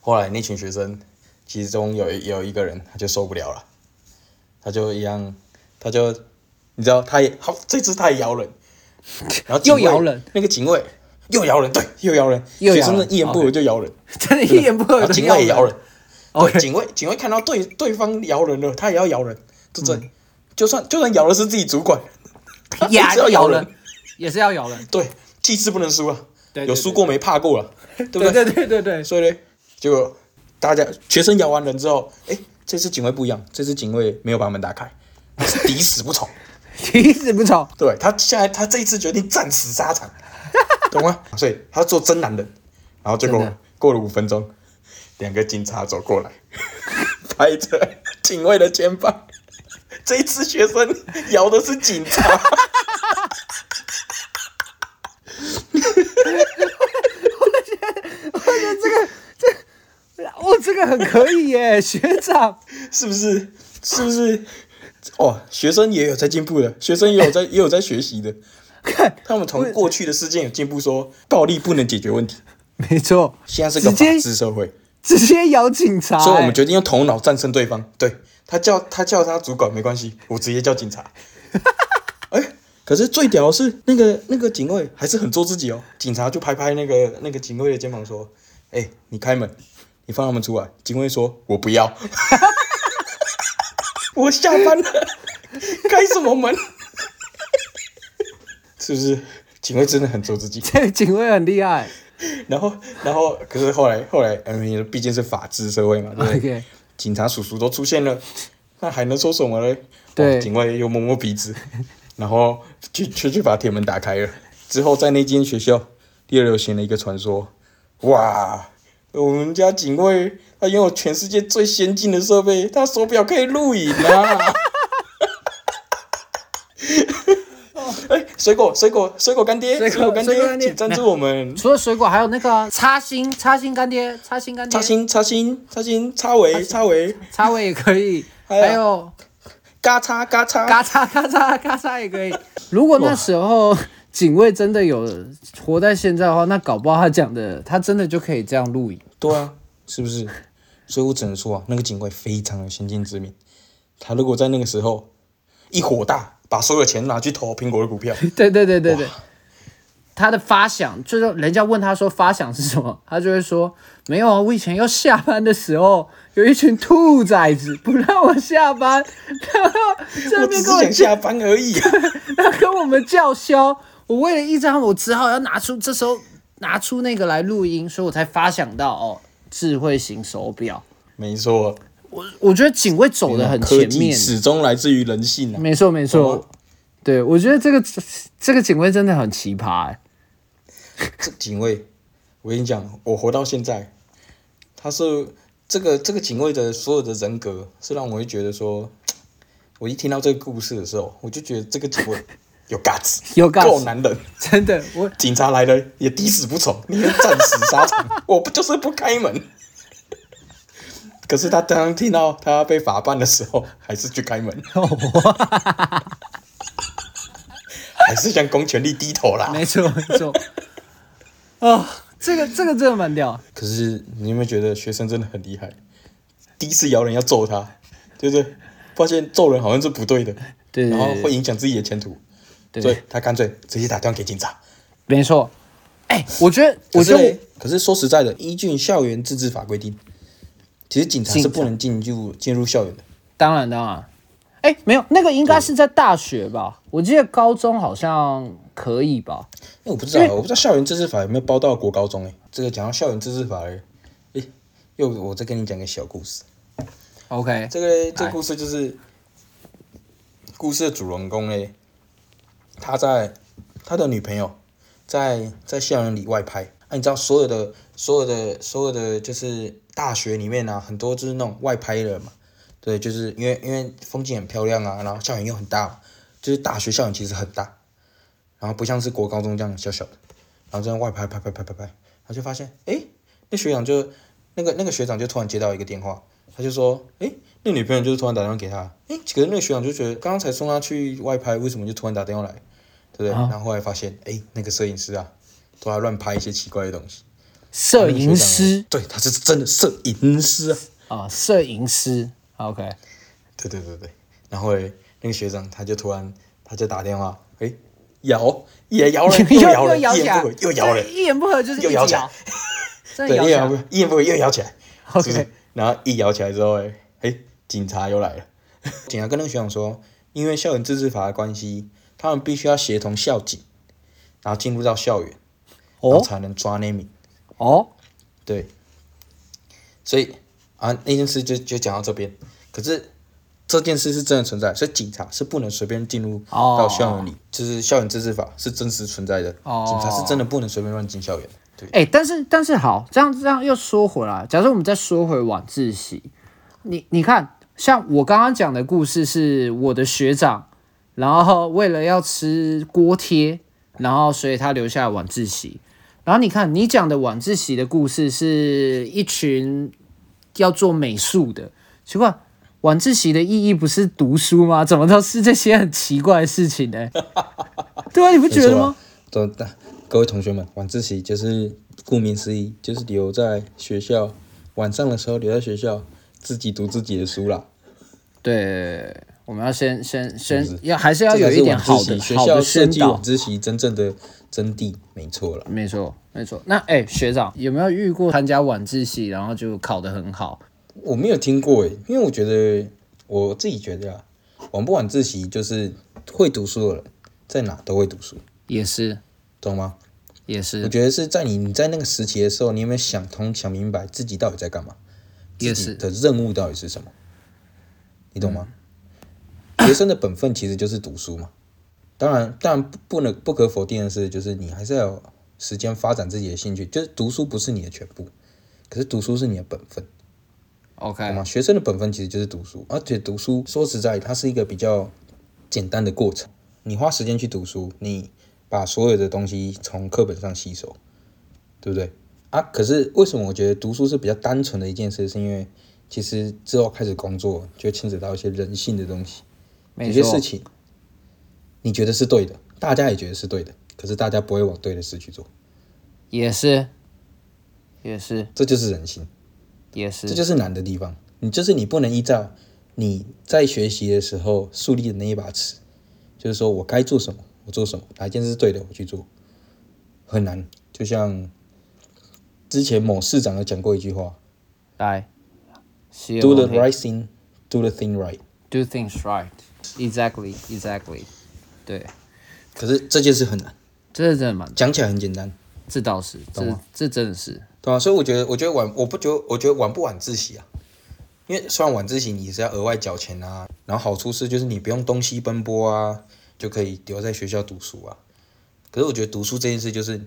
S1: 后来那群学生其中有一有一个人他就受不了了，他就一样，他就你知道他也他这次他也咬人，然后警卫
S2: 又咬人，
S1: 那个警卫又咬人，对，又咬人，
S2: 又咬
S1: 学
S2: 人
S1: 生们一言不合就咬人，
S2: 真的， 一言不合
S1: 然后
S2: 的
S1: 啊警卫也咬人，对，
S2: OK，
S1: 警卫警卫看到对对方咬人了，他也要咬人，就
S2: 嗯
S1: 这，就算就算咬的是自己主管，他也
S2: 牙
S1: 是要
S2: 咬
S1: 咬人
S2: 人，，也是要咬人。
S1: 对，气势不能输啊，
S2: 对对
S1: 有输过没怕过了，对不
S2: 对
S1: 对？
S2: 对对对对，
S1: 所以呢，结果大家学生咬完人之后，哎，这次警卫不一样，这次警卫没有把门打开，他是抵死 不从，
S2: 其实不吵，
S1: 对他现在他这一次决定战死沙场，懂吗？所以他做真男人，然后结
S2: 真
S1: 果
S2: 的
S1: 过了五分钟，两个警察走过来， 拍着警卫的肩膀，这一次学生咬的是警察。
S2: 哦，这个很可以耶， 学长，
S1: 是不是？是不是？哦，学生也有在进步的，学生也有 在也有在学习的。
S2: 看，
S1: 他们从过去的事件有进步说，暴力不能解决问题，
S2: 没错，
S1: 现在是个
S2: 直接
S1: 法治社会，
S2: 直接咬警察欸，
S1: 所以我们决定用头脑战胜对方。对他叫他叫他主管没关系，我直接叫警察。哎、可是最屌的是那个那个警卫还是很做自己哦，警察就拍拍那个那个警卫的肩膀说：“哎、你开门，你放他们出来。”警卫说：“我不要，我下班了，开什么门？” 是不是？警卫真的很做自己。
S2: 这个警卫很厉害。
S1: 然后，然后，可是后来，后来，嗯，因为毕竟是法治社会嘛，对不对
S2: OK
S1: 警察叔叔都出现了， 那还能说什么嘞？
S2: 对
S1: 哇警卫又摸摸鼻子， 然后去去去把铁门打开了。之后，在那间学校又流行了一个传说，哇，我们家警卫他拥有全世界最先进的设备，他手表可以录影 啊。哎，水果，水果，水果干爹，
S2: 水果
S1: 干
S2: 水果干爹
S1: 请赞助我 们。
S2: 除了水果，还有那个啊叉心，叉心干爹，叉心干爹
S1: 插，心插心插心插尾插尾，
S2: 叉尾也可以，
S1: 还有
S2: 还有
S1: 嘎嚓嘎 嚓。
S2: 嘎嚓嘎嚓嘎嚓也可以。如果那时候警卫真的有活在现在的话，那搞不好他讲的，他真的就可以这样录影。
S1: 对啊，是不是？所以我只能说啊，那个警卫非常有先见之明。他如果在那个时候一火大，把所有钱拿去投苹果的股 票，
S2: 对对对对对，他的发想就是人家问他说发想是什么，他就会说没有啊，我以前要下班的时候有一群兔崽子不让我下班， 然后这
S1: 我只
S2: 边
S1: 是
S2: 跟我
S1: 想
S2: 叫，
S1: 下班而 已、啊。
S2: 然后跟我们叫嚣，我为了一张我只好要拿出这时候拿出那个来录音，所以我才发想到哦，智慧型手表。
S1: 没错，啊
S2: 我我觉得警卫走的很
S1: 科
S2: 前
S1: 技
S2: 面，
S1: 始终来自于人性啊。
S2: 没错没
S1: 懂
S2: 错
S1: 吗，
S2: 对我觉得这个这个警卫真的很奇葩、欸，
S1: 这警卫，我跟你讲，我活到现在，他是这个这个警卫的所有的人格，是让我会觉得说，我一听到这个故事的时候，我就觉得这个警卫有 guts，
S2: 有 guts
S1: 够男人。
S2: 真的我
S1: 警察来了也抵死不从，你也战死沙 场，我不就是不开门。可是他当听到他要被法办的时候，还是去开门，
S2: 哦
S1: 还是向公权力低头啦。
S2: 没错没 错。哦，这个这个真的蛮屌，
S1: 可是你有没有觉得学生真的很厉害？第一次咬人要揍他，对不对？发现揍人好像是不对的，
S2: 对对
S1: 然后
S2: 对
S1: 会影响自己的前途，
S2: 对
S1: 所以他干脆直接打电话给警察。
S2: 没错。哎、我觉得我
S1: 可是
S2: 觉
S1: 嘞
S2: 得
S1: 可是说实在的，依据校园自治法规定，其实警察是
S2: 警察
S1: 不能进入进入校园的。
S2: 当然当然，哎、没有那个应该是在大学吧？我记得高中好像可以吧？
S1: 因为我不知道，啊我不知道校园自治法有没有包到国高中哎、这个讲到校园自治法嘞，哎、又我再跟你讲个小故事。
S2: OK，
S1: 这个这个故事就是故事的主人公嘞，他在他的女朋友在在校园里外拍。啊，你知道所有的所有的所有的就是大学里面啊，很多就是那种外拍的嘛，对，就是因为因为风景很漂亮啊，然后校园又很大嘛，就是大学校园其实很大，然后不像是国高中这样小小的，然后这样外拍拍拍拍拍拍，他就发现，诶，那学长就那个那个学长就突然接到一个电话，他就说，诶，那女朋友就是突然打电话给他，诶，可是那个学长就觉得刚刚才送他去外拍，为什么就突然打电话来，对不对？
S2: 啊
S1: 然后后来发现，诶，那个摄影师啊，都还乱拍一些奇怪的东西。
S2: 摄影师
S1: 对，他是真的摄影师啊。
S2: 啊，摄影师，OK，
S1: 对对对对，然后嘞那个学长他就突然他就打电话，诶，摇也摇了，
S2: 哦又
S1: 摇了，一
S2: 摇起
S1: 言
S2: 来
S1: 不合，又摇了
S2: 对，一言不合就是一
S1: 又
S2: 直
S1: 摇起来
S2: 摇， 真的
S1: 对，
S2: 摇
S1: 一
S2: 起
S1: 言不
S2: 来
S1: 合，一言不合又摇起来，是不是
S2: ，OK，
S1: 然后一摇起来之后，诶，诶，警察又 来了，警察跟那个学长说，因为校园自治法的关系，他们必须要协同校警，然后进入到校园，然后
S2: 哦
S1: 才能抓那名。
S2: 哦，
S1: 对，所以啊，那件事就就讲到这边。可是这件事是真的存在，所以警察是不能随便进入
S2: 哦
S1: 到校园里，就是校园自治法是真实存在的，
S2: 哦
S1: 警察是真的不能随便乱进校园的。对，
S2: 哎、但是但是好，这样这样又说回来，假设我们再说回晚自习，你你看，像我刚刚讲的故事是我的学长，然后为了要吃锅贴，然后所以他留下来晚自习。然后你看你讲的晚自习的故事是一群要做美术的，奇怪，晚自习的意义不是读书吗？怎么都是这些很奇怪的事情呢？ 对啊，你不觉得吗？
S1: 都大各位同学们，晚自习就是顾名思义，就是留在学校晚上的时候留在学校自己读自己的书啦。
S2: 对，我们要先先
S1: 是
S2: 先
S1: 不是
S2: 要还是
S1: 这
S2: 要有
S1: 才
S2: 一
S1: 是
S2: 点
S1: 晚自
S2: 好的
S1: 习，学
S2: 好
S1: 校
S2: 的
S1: 设
S2: 宣
S1: 计
S2: 导
S1: 晚。自习真正的真谛，没错啦。
S2: 没错，没错。那哎、学长有没有遇过参加晚自习，然后就考得很好？
S1: 我没有听过诶，因为我觉得我自己觉得啊，晚不晚自习就是会读书的人，在哪都会读书，
S2: 也是，
S1: 懂吗？
S2: 也是
S1: 我，觉得是在你你在那个时期的时候，你有没有想通、想明白自己到底在干嘛，
S2: 也
S1: 自己
S2: 是。
S1: 的任务到底是什么？你懂吗？学生的本分其实就是读书嘛。当然，当然不不能不可否定的是，就是你还是要有时间发展自己的兴趣，就是读书不是你的全部，可是读书是你的本分。懂
S2: OK，
S1: 吗？学生的本分其实就是读书，而且读书说实在，它是一个比较简单的过程。你花时间去读书，你把所有的东西从课本上吸收，对不对？啊，可是为什么我觉得读书是比较单纯的一件事？是因为其实之后开始工作，就会牵扯到一些人性的东西。有
S2: 没
S1: 些
S2: 错
S1: 事，情你觉得是对的，大家也觉得是对的，可是大家不会往对的事去做，
S2: 也是，也是，
S1: 这就是人性。
S2: 也
S1: 这
S2: 是，
S1: 就是难的地方。你就是你不能依照你在学习的时候树立的那一把尺，就是说我该做什么，我做什么，哪一件是对的，我去做，很难。就像之前某市长有讲过一句话
S2: 来，see you
S1: ：“Do the
S2: on the-
S1: right thing, do the thing right。
S2: do things right，exactly，exactly，对，”
S1: 可是这件事很难，
S2: 这真的蛮，
S1: 讲起来很简单，
S2: 这倒是，这这真的是，
S1: 对啊，所以我觉得，我觉得晚，我不觉得，我觉得晚不晚自习啊，因为虽然晚自习你是要额外缴钱啊，然后好处是就是你不用东西奔波啊，就可以留在学校读书啊。可是我觉得读书这件事就是，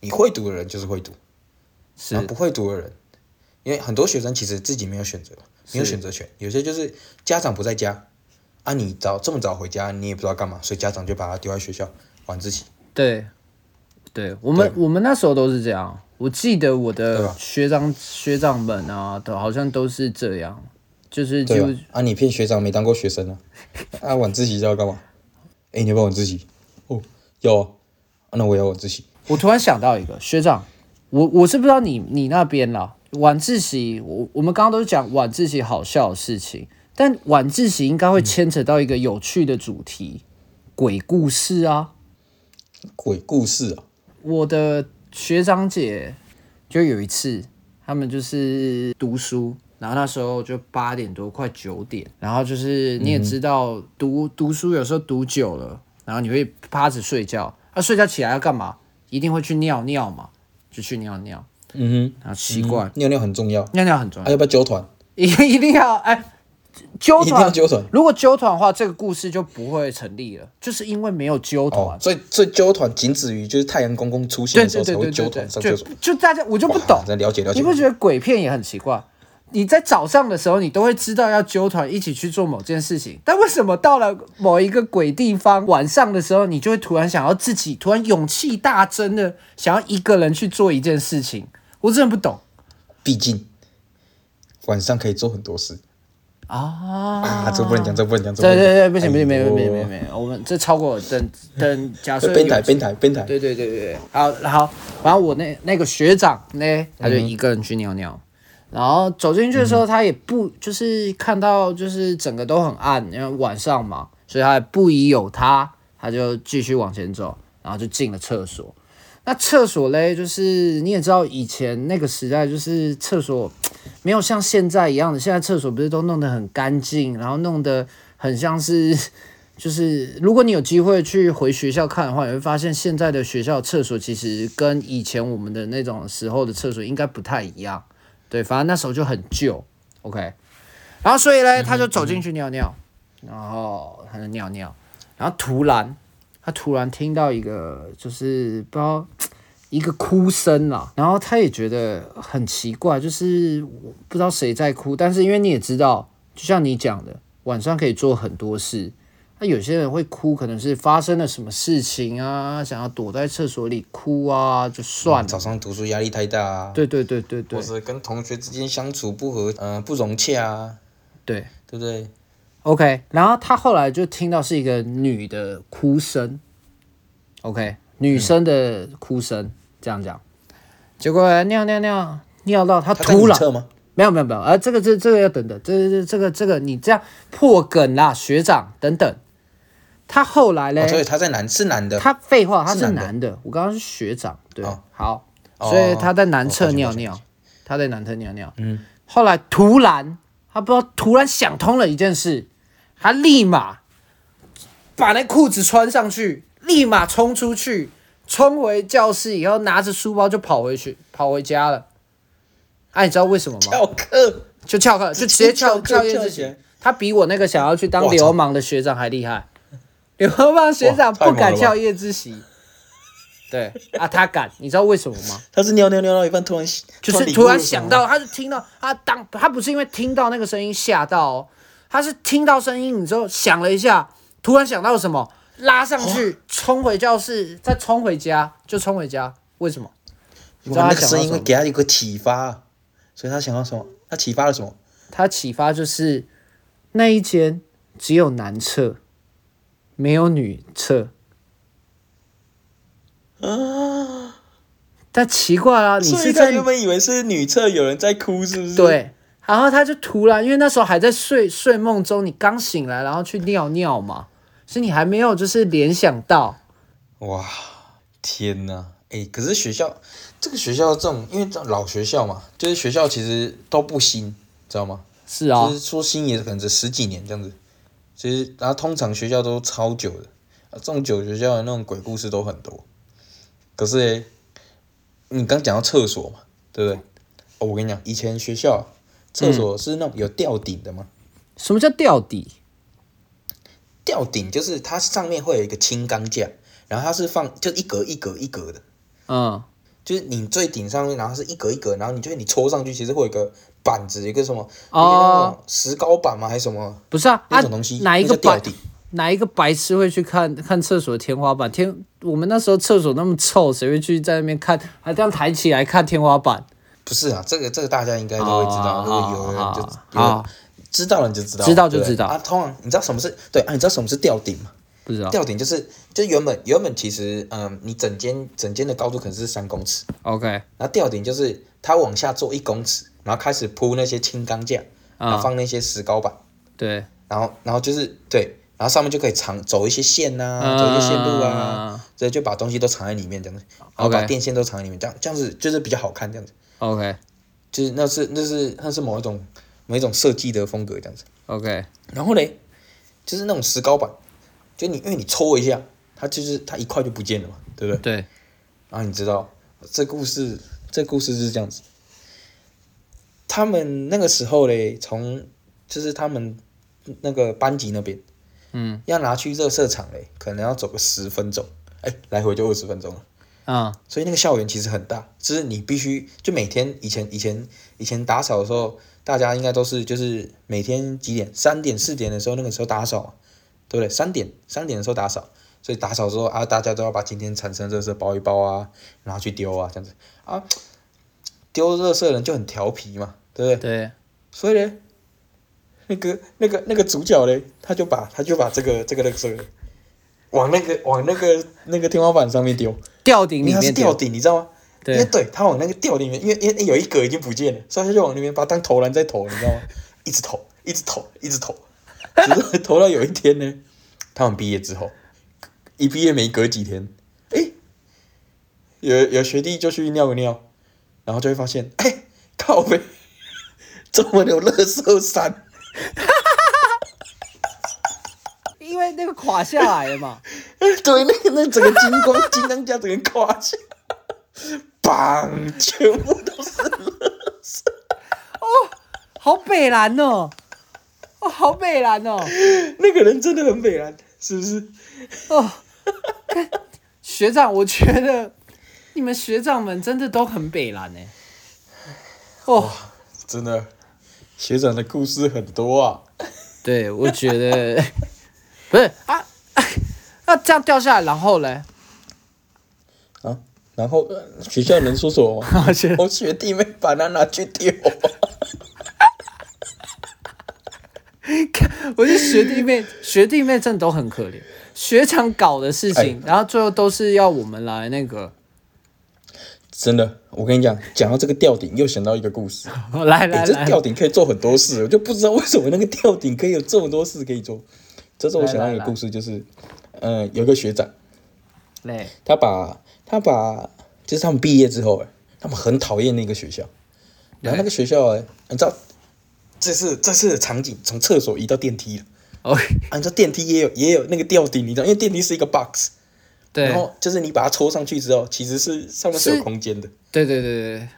S1: 你会读的人就是会读，然后不
S2: 是
S1: 会读的人，因为很多学生其实自己没有选择，没有选择权，有些就是家长不在家，啊，你早这么早回家，你也不知道干嘛，所以家长就把他丢在学校晚自习。
S2: 对，对我们我们那时候都是这样。我记得我
S1: 对啊
S2: 的
S1: 吧
S2: 学长学长们啊，都好像都是这样，就是
S1: 对
S2: 就
S1: 啊，啊，你骗学长没当过学 生啊？啊，晚自习要干嘛？哎、你要不要晚自习？哦，要啊，啊那我也要晚自习。
S2: 我突然想到一个学长，我我是不知道你你那边啦。晚自习，我我们刚刚都是讲晚自习好笑的事情，但晚自习应该
S1: 嗯
S2: 会牵扯到一个有趣的主题，鬼故事啊。
S1: 鬼故事啊，
S2: 我的学长姐就有一次，他们就是读书，然后那时候就八点多快九点，然后就是你也知道读、读书有时候读久了，然后你会趴着睡觉，啊睡觉起来要干嘛？一定会去尿尿嘛，就去尿尿，
S1: 嗯
S2: 然后奇怪，
S1: 哼，尿尿很重要。
S2: 尿尿很重要
S1: 啊，，要不要揪团？
S2: 一一定要哎。纠
S1: 一定要
S2: 团，
S1: 揪团
S2: 如果纠团的话，这个故事就不会成立了，就是因为没有纠团。
S1: 哦，所以所以揪团仅止于就是太阳公公出现
S2: 对
S1: 的时
S2: 对
S1: 候才
S2: 对
S1: 会
S2: 对
S1: 揪
S2: 对
S1: 团
S2: 对，
S1: 上
S2: 就
S1: 厕所。
S2: 就大家我就不懂
S1: 哇，那了解了解
S2: 你不觉得鬼片也很奇怪？你在早上的时候，你都会知道要揪团一起去做某件事情，但为什么到了某一个鬼地方，晚上的时候，你就会突然想要自己，突然勇气大增的想要一个人去做一件事情？我真的不懂
S1: 毕竟晚上可以做很多事
S2: 啊！
S1: 啊，这不能讲，这不能讲，这
S2: 对
S1: 不能
S2: 对
S1: 讲
S2: 对，不行不行，没
S1: 哎呦
S2: 没没没没，我们这超过等等，假设
S1: 边
S2: 有
S1: 台边台边台，
S2: 对对对对对，好好，然后我那那个学长呢，他就一个人去尿尿，然后走进去的时候，他也不就是看到就是整个都很暗，因为晚上嘛，所以他也不疑有他，他就继续往前走，然后就进了厕所。那厕所嘞，就是你也知道，以前那个时代就是厕所没有像现在一样的，现在厕所不是都弄得很干净，然后弄得很像是就是如果你有机会去回学校看的话，你会发现现在的学校厕所其实跟以前我们的那种时候的厕所应该不太一样。对，反正那时候就很旧，OK。然后所以呢，他就走进去尿尿，然后他就尿尿，然后突然他突然听到一个就是不知道一个哭声啦，然后他也觉得很奇怪，就是我不知道谁在哭，但是因为你也知道，就像你讲的，晚上可以做很多事。那有些人会哭，可能是发生了什么事情啊，想要躲在厕所里哭啊，就算了。
S1: 早上读书压力太大啊，
S2: 对对对对对
S1: 或是跟同学之间相处不和，嗯、不融洽啊，
S2: 对。
S1: 对不对？
S2: OK，然后他后来就听到是一个女的哭声，OK，女生的哭声，这样讲，结果尿尿尿尿到他
S1: 他在
S2: 突
S1: 你
S2: 然
S1: 侧吗？哦
S2: 没有没有没有，啊，这个这这个要等等，这这这个这个你这样破梗啦，学长等等，他后来嘞，
S1: 哦，所以他在男是男的，
S2: 哎他废话，他是
S1: 是男的
S2: 男的，我刚刚是学长，对，
S1: 哦
S2: 好，
S1: 哦
S2: 所以他在男
S1: 哦
S2: 厕
S1: 抱歉
S2: 尿
S1: 抱歉
S2: 尿，他在男厕尿尿，
S1: 嗯，
S2: 后来突然他不知道突然想通了一件事，他立马把那裤子穿上去，立马冲出去，冲回教室以后拿着书包就跑回去，跑回家了。哎、你知道为什么吗？
S1: 翘课，
S2: 就翘课，就直接翘
S1: 翘
S2: 翘
S1: 课
S2: 业
S1: 翘
S2: 自
S1: 起
S2: 己
S1: 来。
S2: 他比我那个想要去当
S1: 哇操
S2: 流氓的学长还厉害。 流氓学长
S1: 哇太
S2: 不
S1: 猛了吧
S2: 敢翘夜自习，对啊，他敢，你知道为什么 吗？
S1: 他是尿尿尿到一半突然
S2: 就是突然想，到，他就听到他当他不是因为听到那个声音吓到哦，他是听到声音你之后想了一下，突然想到什么，拉上去冲回教室，再冲回家，就冲回家。为什么？你知道
S1: 哇
S2: 他
S1: 那个
S2: 想到
S1: 声
S2: 什
S1: 音
S2: 么
S1: 会
S2: 吗？
S1: 给他一个启发，所以他想到什么？他启发了什么？
S2: 他启发就是那一间只有男厕，没有女厕。
S1: 啊，
S2: 但奇怪啊，你
S1: 所以
S2: 是
S1: 他
S2: 在
S1: 原本以为是女厕有人在哭，是不是？，
S2: 对，然后他就突然，因为那时候还在睡睡梦中，你刚醒来，然后去尿尿嘛，所以你还没有就是联想到。
S1: 哇，天呐！哎，可是学校这个学校这种，因为这种老学校嘛，就是学校其实都不新，知道吗？
S2: 是啊、
S1: 就是说新也可能只十几年这样子。其实，然后通常学校都超久的，啊，这种久学校的那种鬼故事都很多。可是欸，你刚讲到厕所嘛，对不对？哦，我跟你讲，以前学校厕
S2: 嗯
S1: 所是那种有吊顶的嘛，
S2: 什么叫吊底？
S1: 吊顶就是它上面会有一个轻钢架，然后它是放就一格一格一格的，
S2: 嗯，
S1: 就是你最顶上面，然后是一格一格，然后你就你戳上去，其实会有一个板子，一个什么，一个那
S2: 哦，
S1: 种石膏板吗？还是什么
S2: 不是啊，
S1: 那
S2: 啊
S1: 种东西？，
S2: 哪一个
S1: 那叫吊
S2: 白
S1: 顶？
S2: 哪一个白痴会去看看厕所的天花板？天，我们那时候厕所那么臭，谁会去在那边看，还这样抬起来看天花板？
S1: 不是啊，这个这个大家应该
S2: 大
S1: 都会知
S2: 哦
S1: 道，如果有人就有知道了你就知道，
S2: 知道就
S1: 对不对
S2: 知道
S1: 啊。通常你知道什么是对啊？你知道什么是吊顶吗？
S2: 不知道
S1: 吊顶就是就原本原本其实嗯，你整间整间的高度可能是三公尺，
S2: ，OK，
S1: 然后吊顶就是它往下做一公尺，然后开始铺那些轻钢架，然后
S2: 啊、
S1: 放那些石膏板，
S2: 对，
S1: 然后然后就是对，然后上面就可以藏走一些线呐、
S2: 嗯
S1: 走一些线路啊，所以就把东西都藏在里面这样子，然后
S2: OK
S1: 把电线都藏在里面，这样这样子就是比较好看这样子。
S2: ，OK，OK，、
S1: 就是那是那是那是某一种某一种设计的风格这样子。然后嘞，就是那种石膏板，就你因为你抽一下，它就是它一块就不见了嘛，对不对？
S2: 对，
S1: 然后你知道这故事这故事是这样子，他们那个时候嘞，从就是他们那个班级那边
S2: 嗯
S1: 要拿去热射场嘞，可能要走个十分钟，哎，来回就二十分钟了。
S2: 嗯，
S1: 所以那个校园其实很大，就是你必须就每天以前以前以前打扫的时候，大家应该都是就是每天几点？三点四点的时候，那个时候打扫，对不对？三点三点的时候打扫，所以打扫之后啊，大家都要把今天产生的垃圾包一包啊，然后去丢啊，这样子啊，丢垃圾的人就很调皮嘛，对不对？
S2: 对，
S1: 所以呢，那个那个那个主角嘞，他就把他就把这个这个那个这个往那个往那个那个天花板上面丢，
S2: 吊顶
S1: 因为
S2: 里
S1: 他是
S2: 面
S1: 吊
S2: 丢，
S1: 顶，你知道吗？因为
S2: 对，
S1: 对他往那个吊顶里面，因为因为有一格已经不见了，所以他就往那边把它当投篮在投，你知道吗？ 一直投，一直投，一直投，直到投到有一天呢， 他们毕业之后，一毕业没隔几天，诶，有有学弟就去尿个尿，然后就会发现，哎、靠背， 怎么有垃圾山？
S2: 因为那个垮下来了嘛，
S1: 对，那个那整个金光金刚架整个垮下， 砰，全部都是垃圾。
S2: 好北蓝哦，哦，好北蓝哦，
S1: 那个人真的很北然，是不是？
S2: 哦，看学长，我觉得你们学长们真的都很北蓝呢。欸哦，
S1: 真的，学长的故事很多啊。
S2: 对，我觉得 不是啊， 那、这样掉下来，然后嘞，
S1: 啊，然后呃学校能说什么吗？
S2: 而且
S1: 我 学弟妹把它拿去丢。
S2: 我觉得学弟妹学弟妹真的都很可怜，学长搞的事情，
S1: 哎
S2: 然后最后都是要我们来那个，
S1: 真的，我跟你讲，讲到这个吊顶，又想到一个故事。
S2: 来
S1: 哎、
S2: 来
S1: 这
S2: 来，
S1: 吊顶可以做很多事，我就不知道为什么那个吊顶可以有这么多事可以做。这是我想到一个故事，就是，嗯，有个学长，
S2: 来，
S1: 他把他把，就是他们毕业之后，哎，他们很讨厌那个学校，然后那个学校，哎，你知道，这是这是场景，从厕所移到电梯了。
S2: OK，
S1: 啊，你知道电梯也有也有那个吊顶，你知道，因为电梯是一个 box，
S2: 对
S1: 然，后就是你把它戳上去之后，其实是上面是
S2: 是
S1: 有空间的，
S2: 对对对对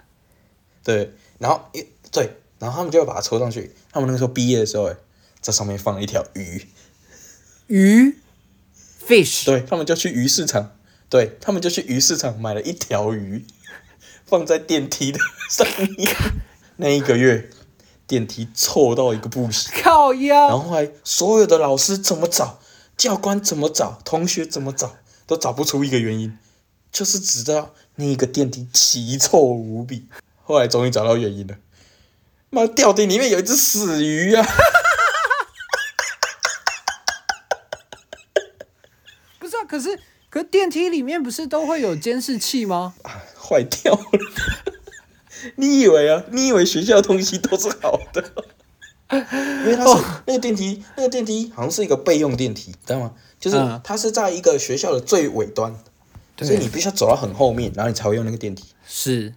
S1: 对。然后一对，然后他们就要把它戳上去。他们那个时候毕业的时候，哎，在上面放了一条鱼，
S2: 对，鱼，fish，
S1: 对他们就去鱼市场，对他们就去鱼市场买了一条鱼，放在电梯的上面。那一个月，电梯臭到一个不行。
S2: 靠腰
S1: 然，后后来所有的老师怎么找，教官怎么找，同学怎么找，都找不出一个原因，就是只知道那个电梯奇臭无比。后来终于找到原因了，妈吊顶里面有一只死鱼啊！
S2: 不是啊，可是可是电梯里面不是都会有监视器吗？
S1: 啊坏掉了。 你以为啊？你以为学校的东西都是好的？ 因为它是、
S2: 哦
S1: 那个电梯，那个电梯好像是一个备用电梯，知道吗？就是
S2: 嗯
S1: 它是在一个学校的最尾端，所以你必须要走到很后面，然后你才会用那个电梯。
S2: 是，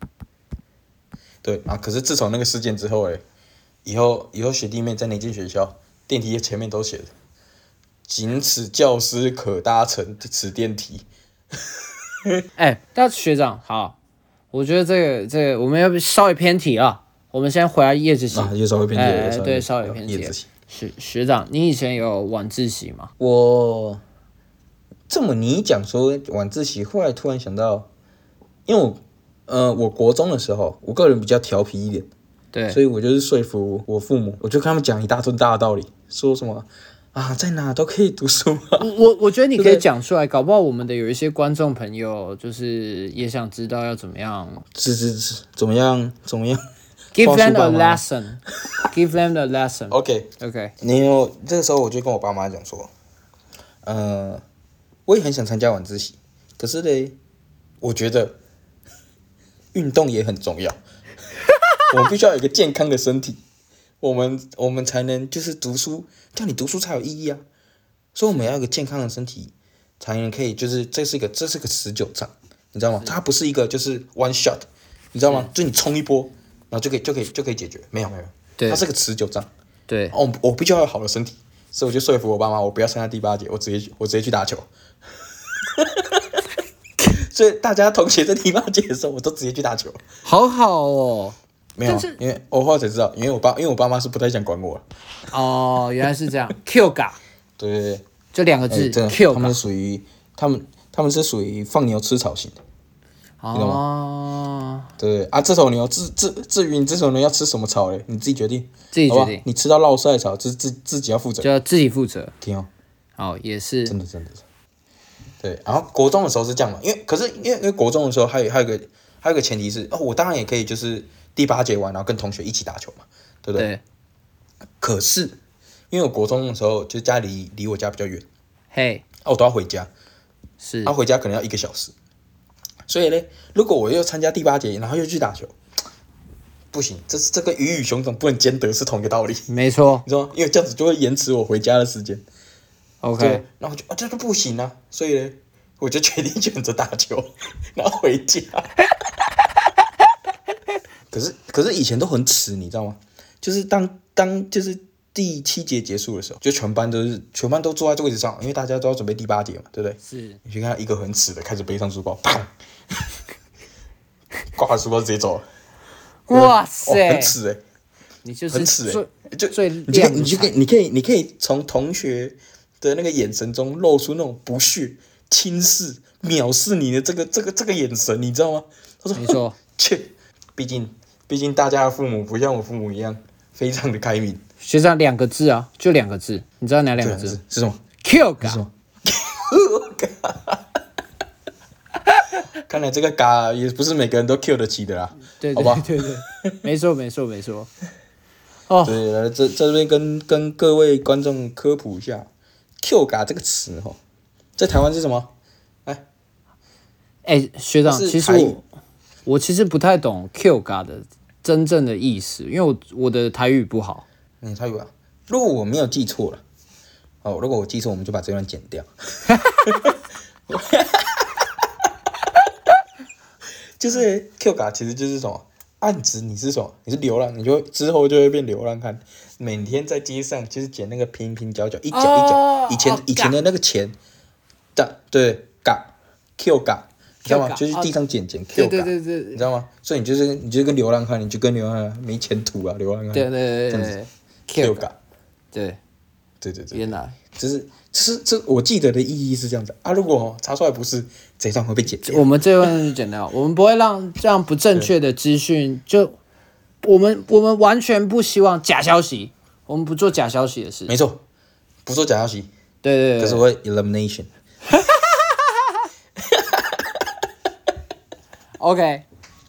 S1: 对啊，可是自从那个事件之后，哎，以后以后学弟妹在那间学校电梯前面都写着“仅此教师可搭乘此电梯
S2: 哎、但学长好，我觉得这个这个我们要不稍微偏题啊，我们先回来夜自”习。
S1: 啊，又稍微偏题了，
S2: 哎
S1: 又
S2: 对稍微偏题
S1: 夜
S2: 了
S1: 自习。
S2: 学学长，你以前有晚自习吗？
S1: 我这么你一讲说晚自习，后来突然想到，因为我呃，我国中的时候，我个人比较调皮一点，
S2: 对，
S1: 所以我就是说服我父母，我就跟他们讲一大堆大道理，说什么啊，在哪都可以读书啊，
S2: 嗯我我我觉得你可
S1: 对
S2: 以
S1: 不对
S2: 讲出来，搞不好我们的有一些观众朋友就是也想知道要怎么样
S1: 是是是，怎么样怎么样
S2: give
S1: 话术
S2: them
S1: 吧妈
S2: a
S1: 妈
S2: lesson，give them a lesson。
S1: ？OK，
S2: OK，
S1: 你有这个时候我就跟我爸妈讲说，呃，我也很想参加晚自习，可是嘞，我觉得运动也很重要，我们必须要有一个健康的身体，我们我们才能就是读书，这样你读书才有意义啊。所以我们要有一个健康的身体，才能可以就是这是一个这是个持久战，你知道吗？它不是一个就是 one shot，你知道吗？就你冲一波，然后就可以就可以就可以解决，没有没有，
S2: 对
S1: 它是个持久战。
S2: 对，
S1: 哦，我必须要有好的身体，所以我就说服我爸妈，我不要参加第八节，我直接去我直接去打球。 所以大家同学在第八节的时候，我都直接去打球。
S2: 好好哦，
S1: 没有
S2: 但是，
S1: 因为我后来才知道，因为我爸，因为我爸妈是不太想管我。
S2: 哦，原来是这样 ，Q 嘎
S1: 对对对，
S2: 就两个字
S1: 哎真的
S2: ，Q
S1: 他
S2: 嘎
S1: 们属于他们他们是属于放牛吃草型的。道
S2: 哦。
S1: 对啊，这头牛至至至于你这头牛要吃什么草嘞，你自己决定，
S2: 自己
S1: 好
S2: 决
S1: 吧
S2: 定？，
S1: 你吃到落晒草，自自自己要负责。
S2: 就要自己负责。
S1: 听哦，
S2: 好，也是
S1: 真的真的。对，然后国中的时候是这样嘛，因为可是因为因为国中的时候还有还有一个还有一个前提是，哦，我当然也可以就是第八节完，然后跟同学一起打球嘛，对不对？
S2: 对。
S1: 可是因为我国中的时候就家里离我家比较远，
S2: 嘿，
S1: 啊，我都要回家，
S2: 是
S1: 然后回家可能要一个小时。所以呢，如果我又参加第八节，然后又去打球，不行，这是这个鱼与熊掌不能兼得是同一个道理，你
S2: 没错。
S1: 知道吗？因为这样子就会延迟我回家的时间。对
S2: OK，，
S1: 然后我就啊，这个不行啊，所以呢，我就决定选择打球，然后回家。 可是可是以前都很耻，你知道吗？就是当当就是第七节结束的时候，就全班都是全班都坐在位置上，因为大家都要准备第八节嘛，对不对？
S2: 是
S1: 你去看到一个很耻的开始背上书包，砰， 挂书包直接走了，
S2: 哇
S1: 哦，
S2: 塞
S1: 很，耻哎、
S2: 你就
S1: 很
S2: 是
S1: 耻
S2: 最
S1: 哎、就
S2: 最
S1: 你就可以
S2: 亮
S1: 你
S2: 的
S1: 就可以
S2: 彩，
S1: 你可以你可以从同学的那个眼神中露出那种不屑、轻视、藐视你的这个这个这个眼神，你知道吗？他说
S2: 没错，
S1: 切，毕竟毕竟大家的父母不像我父母一样非常的开明，
S2: 学长两个字啊，就两个字，你知道哪两
S1: 对
S2: 个
S1: 啊，是
S2: 字啊
S1: 是什么？
S2: ？Q
S1: 是
S2: 感
S1: 吗？看来这个嘎也不是每个人都 Q 得起的啦。
S2: 对
S1: 好吧
S2: 对对 对，没错没错没错。哦，
S1: 对，来这这边跟跟各位观众科普一下，Q 嘎这个词哈，在台湾是什么？
S2: 哎，学长，
S1: 这是
S2: 其实
S1: 台语
S2: 我我其实不太懂 Q 嘎的真正的意思，因为我我的台语不好。
S1: 嗯，台语吧。如果我没有记错了，哦，如果我记错，我们就把这段剪掉。就是 Q 嘎，其实就是什么暗指你是什么，你是流浪，你就会之后就会变流浪汉，每天在街上就是捡那个平平角角，一角一角。
S2: 哦
S1: 以前、
S2: 哦
S1: 以前的那个钱，的对嘎 Q 嘎，你知道吗？
S2: Q 嘎
S1: 就是地上捡捡 Q
S2: 对
S1: 嘎，
S2: 对对对
S1: 你知道吗？所以你就是你就是跟流浪汉，你就跟流浪汉没前途啊，流浪汉。
S2: 对对对对对
S1: Q
S2: ，Q 嘎，
S1: 嘎，
S2: 对，
S1: 对对对。
S2: 原来
S1: 就是就是这我记得的意义是这样子啊。如果查出来不是，这一段会被剪掉。
S2: 我们这段就剪掉，我们不会让这样不正确的资讯，就我们我们完全不希望假消息，我们不做假消息的事。
S1: 没错，不做假消息，
S2: 对对
S1: 可
S2: 对
S1: 是
S2: 对，
S1: 我会 elimination。
S2: OK，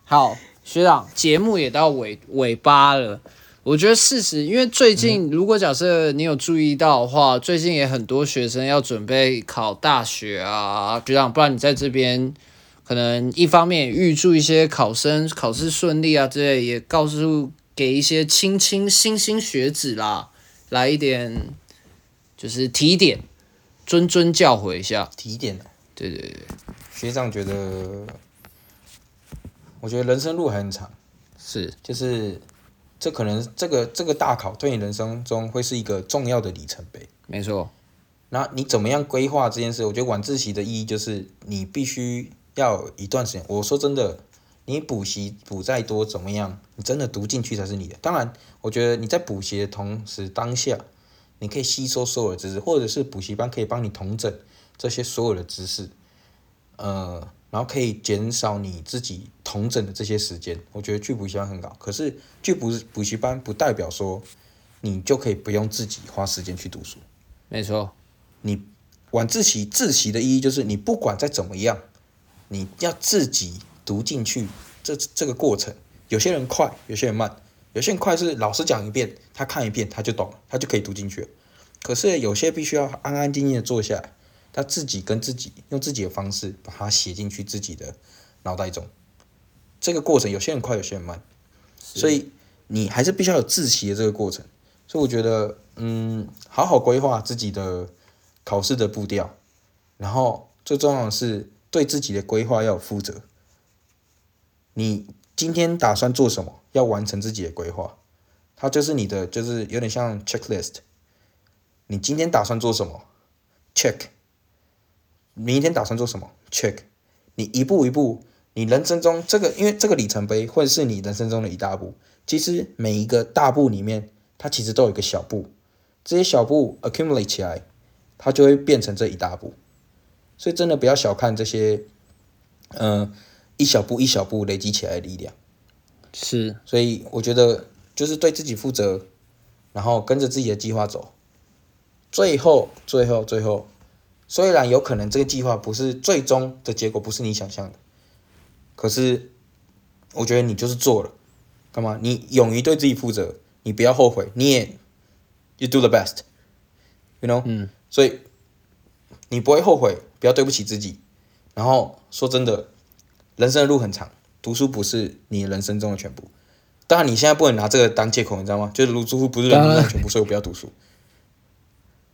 S2: 好，学长，节目也到尾尾巴了。我觉得事实，因为最
S1: 嗯
S2: 近如果假设你有注意到的话，最近也很多学生要准备考大学啊，学长，不然你在这边可能一方面也预祝一些考生考试顺利啊之类，也告诉给一些青青新兴学子啦，来一点就是提点，谆谆教诲一下。
S1: 提点啊
S2: 对对对，
S1: 学长觉得，我觉得人生路还很长，
S2: 是
S1: 就是这可能这个这个大考对你人生中会是一个重要的里程碑。
S2: 没错，
S1: 那你怎么样规划这件事？我觉得晚自习的意义就是你必须要有一段时间。我说真的，你补习补再多怎么样？你真的读进去才是你的。当然，我觉得你在补习的同时，当下你可以吸收所有的知识，或者是补习班可以帮你统整这些所有的知识，呃，然后可以减少你自己统整的这些时间。我觉得去补习班很好，可是去补补习班不代表说你就可以不用自己花时间去读书。
S2: 没错，
S1: 你晚自习自习的意义就是你不管再怎么样，你要自己读进去这这个过程。有些人快，有些人慢，有些人快是老师讲一遍，他看一遍他就懂了，他就可以读进去了。可是有些必须要安安静静的坐下来，他自己跟自己用自己的方式把它写进去自己的脑袋中。这个过程有些人快，有些人慢，所以你还是必须要有自习的这个过程。所以我觉得，嗯，好好规划自己的考试的步调，然后最重要的是对自己的规划要有负责。你今天打算做什么？要完成自己的规划，它就是你的，就是有点像 checklist。你今天打算做什么？check。明天打算做什么？check。你一步一步，你人生中这个，因为这个里程碑会是你人生中的一大步。其实每一个大步里面，它其实都有一个小步，这些小步 accumulate 起来，它就会变成这一大步。所以真的不要小看这些，呃，一小步一小步累积起来的力量。
S2: 是
S1: 所以我觉得就是对自己负责，然后跟着自己的计划走。最后，最后，最后，虽然有可能这个计划不是最终的结果，不是你想象的，可是我觉得你就是做了，干嘛？你勇于对自己负责，你不要后悔，你也 you do the best，you know，嗯，所以你不会后悔，不要对不起自己。然后说真的，人生的路很长，读书不是你人生中的全部。当然，你现在不能拿这个当借口，你知道吗？就是读书不是人生中的全部，所以我不要读书，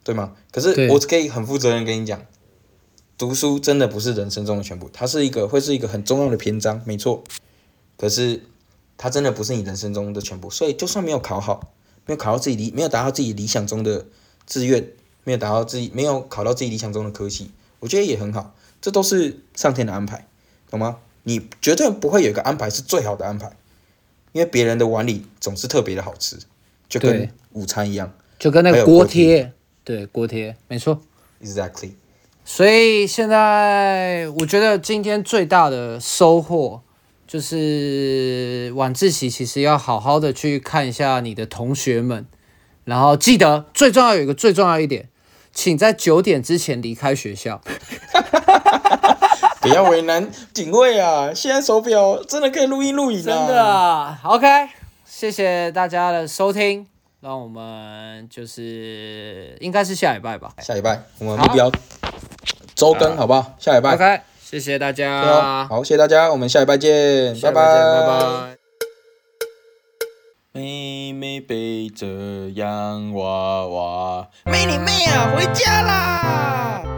S1: 对吗？可
S2: 对
S1: 是我可以很负责任地跟你讲，读书真的不是人生中的全部，它是一个会是一个很重要的篇章，没错。可是它真的不是你人生中的全部，所以就算没有考好，没有考到自己理，没有达到自己理想中的志愿，没有达到自己，没有考到自己理想中的科系，我觉得也很好，这都是上天的安排，懂吗？你绝对不会有一个安排是最好的安排，因为别人的碗里总是特别的好吃，就跟
S2: 对
S1: 午餐一样
S2: 就跟那
S1: 还
S2: 个
S1: 有
S2: 锅
S1: 锅贴
S2: 贴，对锅贴，没错。
S1: ，exactly。
S2: 所以现在我觉得今天最大的收获就是晚自习其实要好好的去看一下你的同学们，然后记得最重要有一个最重要一点，请在九点之前离开学校。
S1: 不要为难警卫啊！现在手表真的可以录音录影啊！
S2: 真的啊，OK，谢谢大家的收听，让我们就是应该是下礼拜吧。
S1: 下礼拜我们目标周更，好不好？下礼拜
S2: OK，谢谢大家，
S1: 对哦好，谢谢大家，我们下礼拜见，
S2: 下
S1: 拜
S2: 礼拜
S1: 拜，
S2: 见拜拜。
S1: 妹妹背着洋娃娃，
S3: 妹你妹啊，回家啦！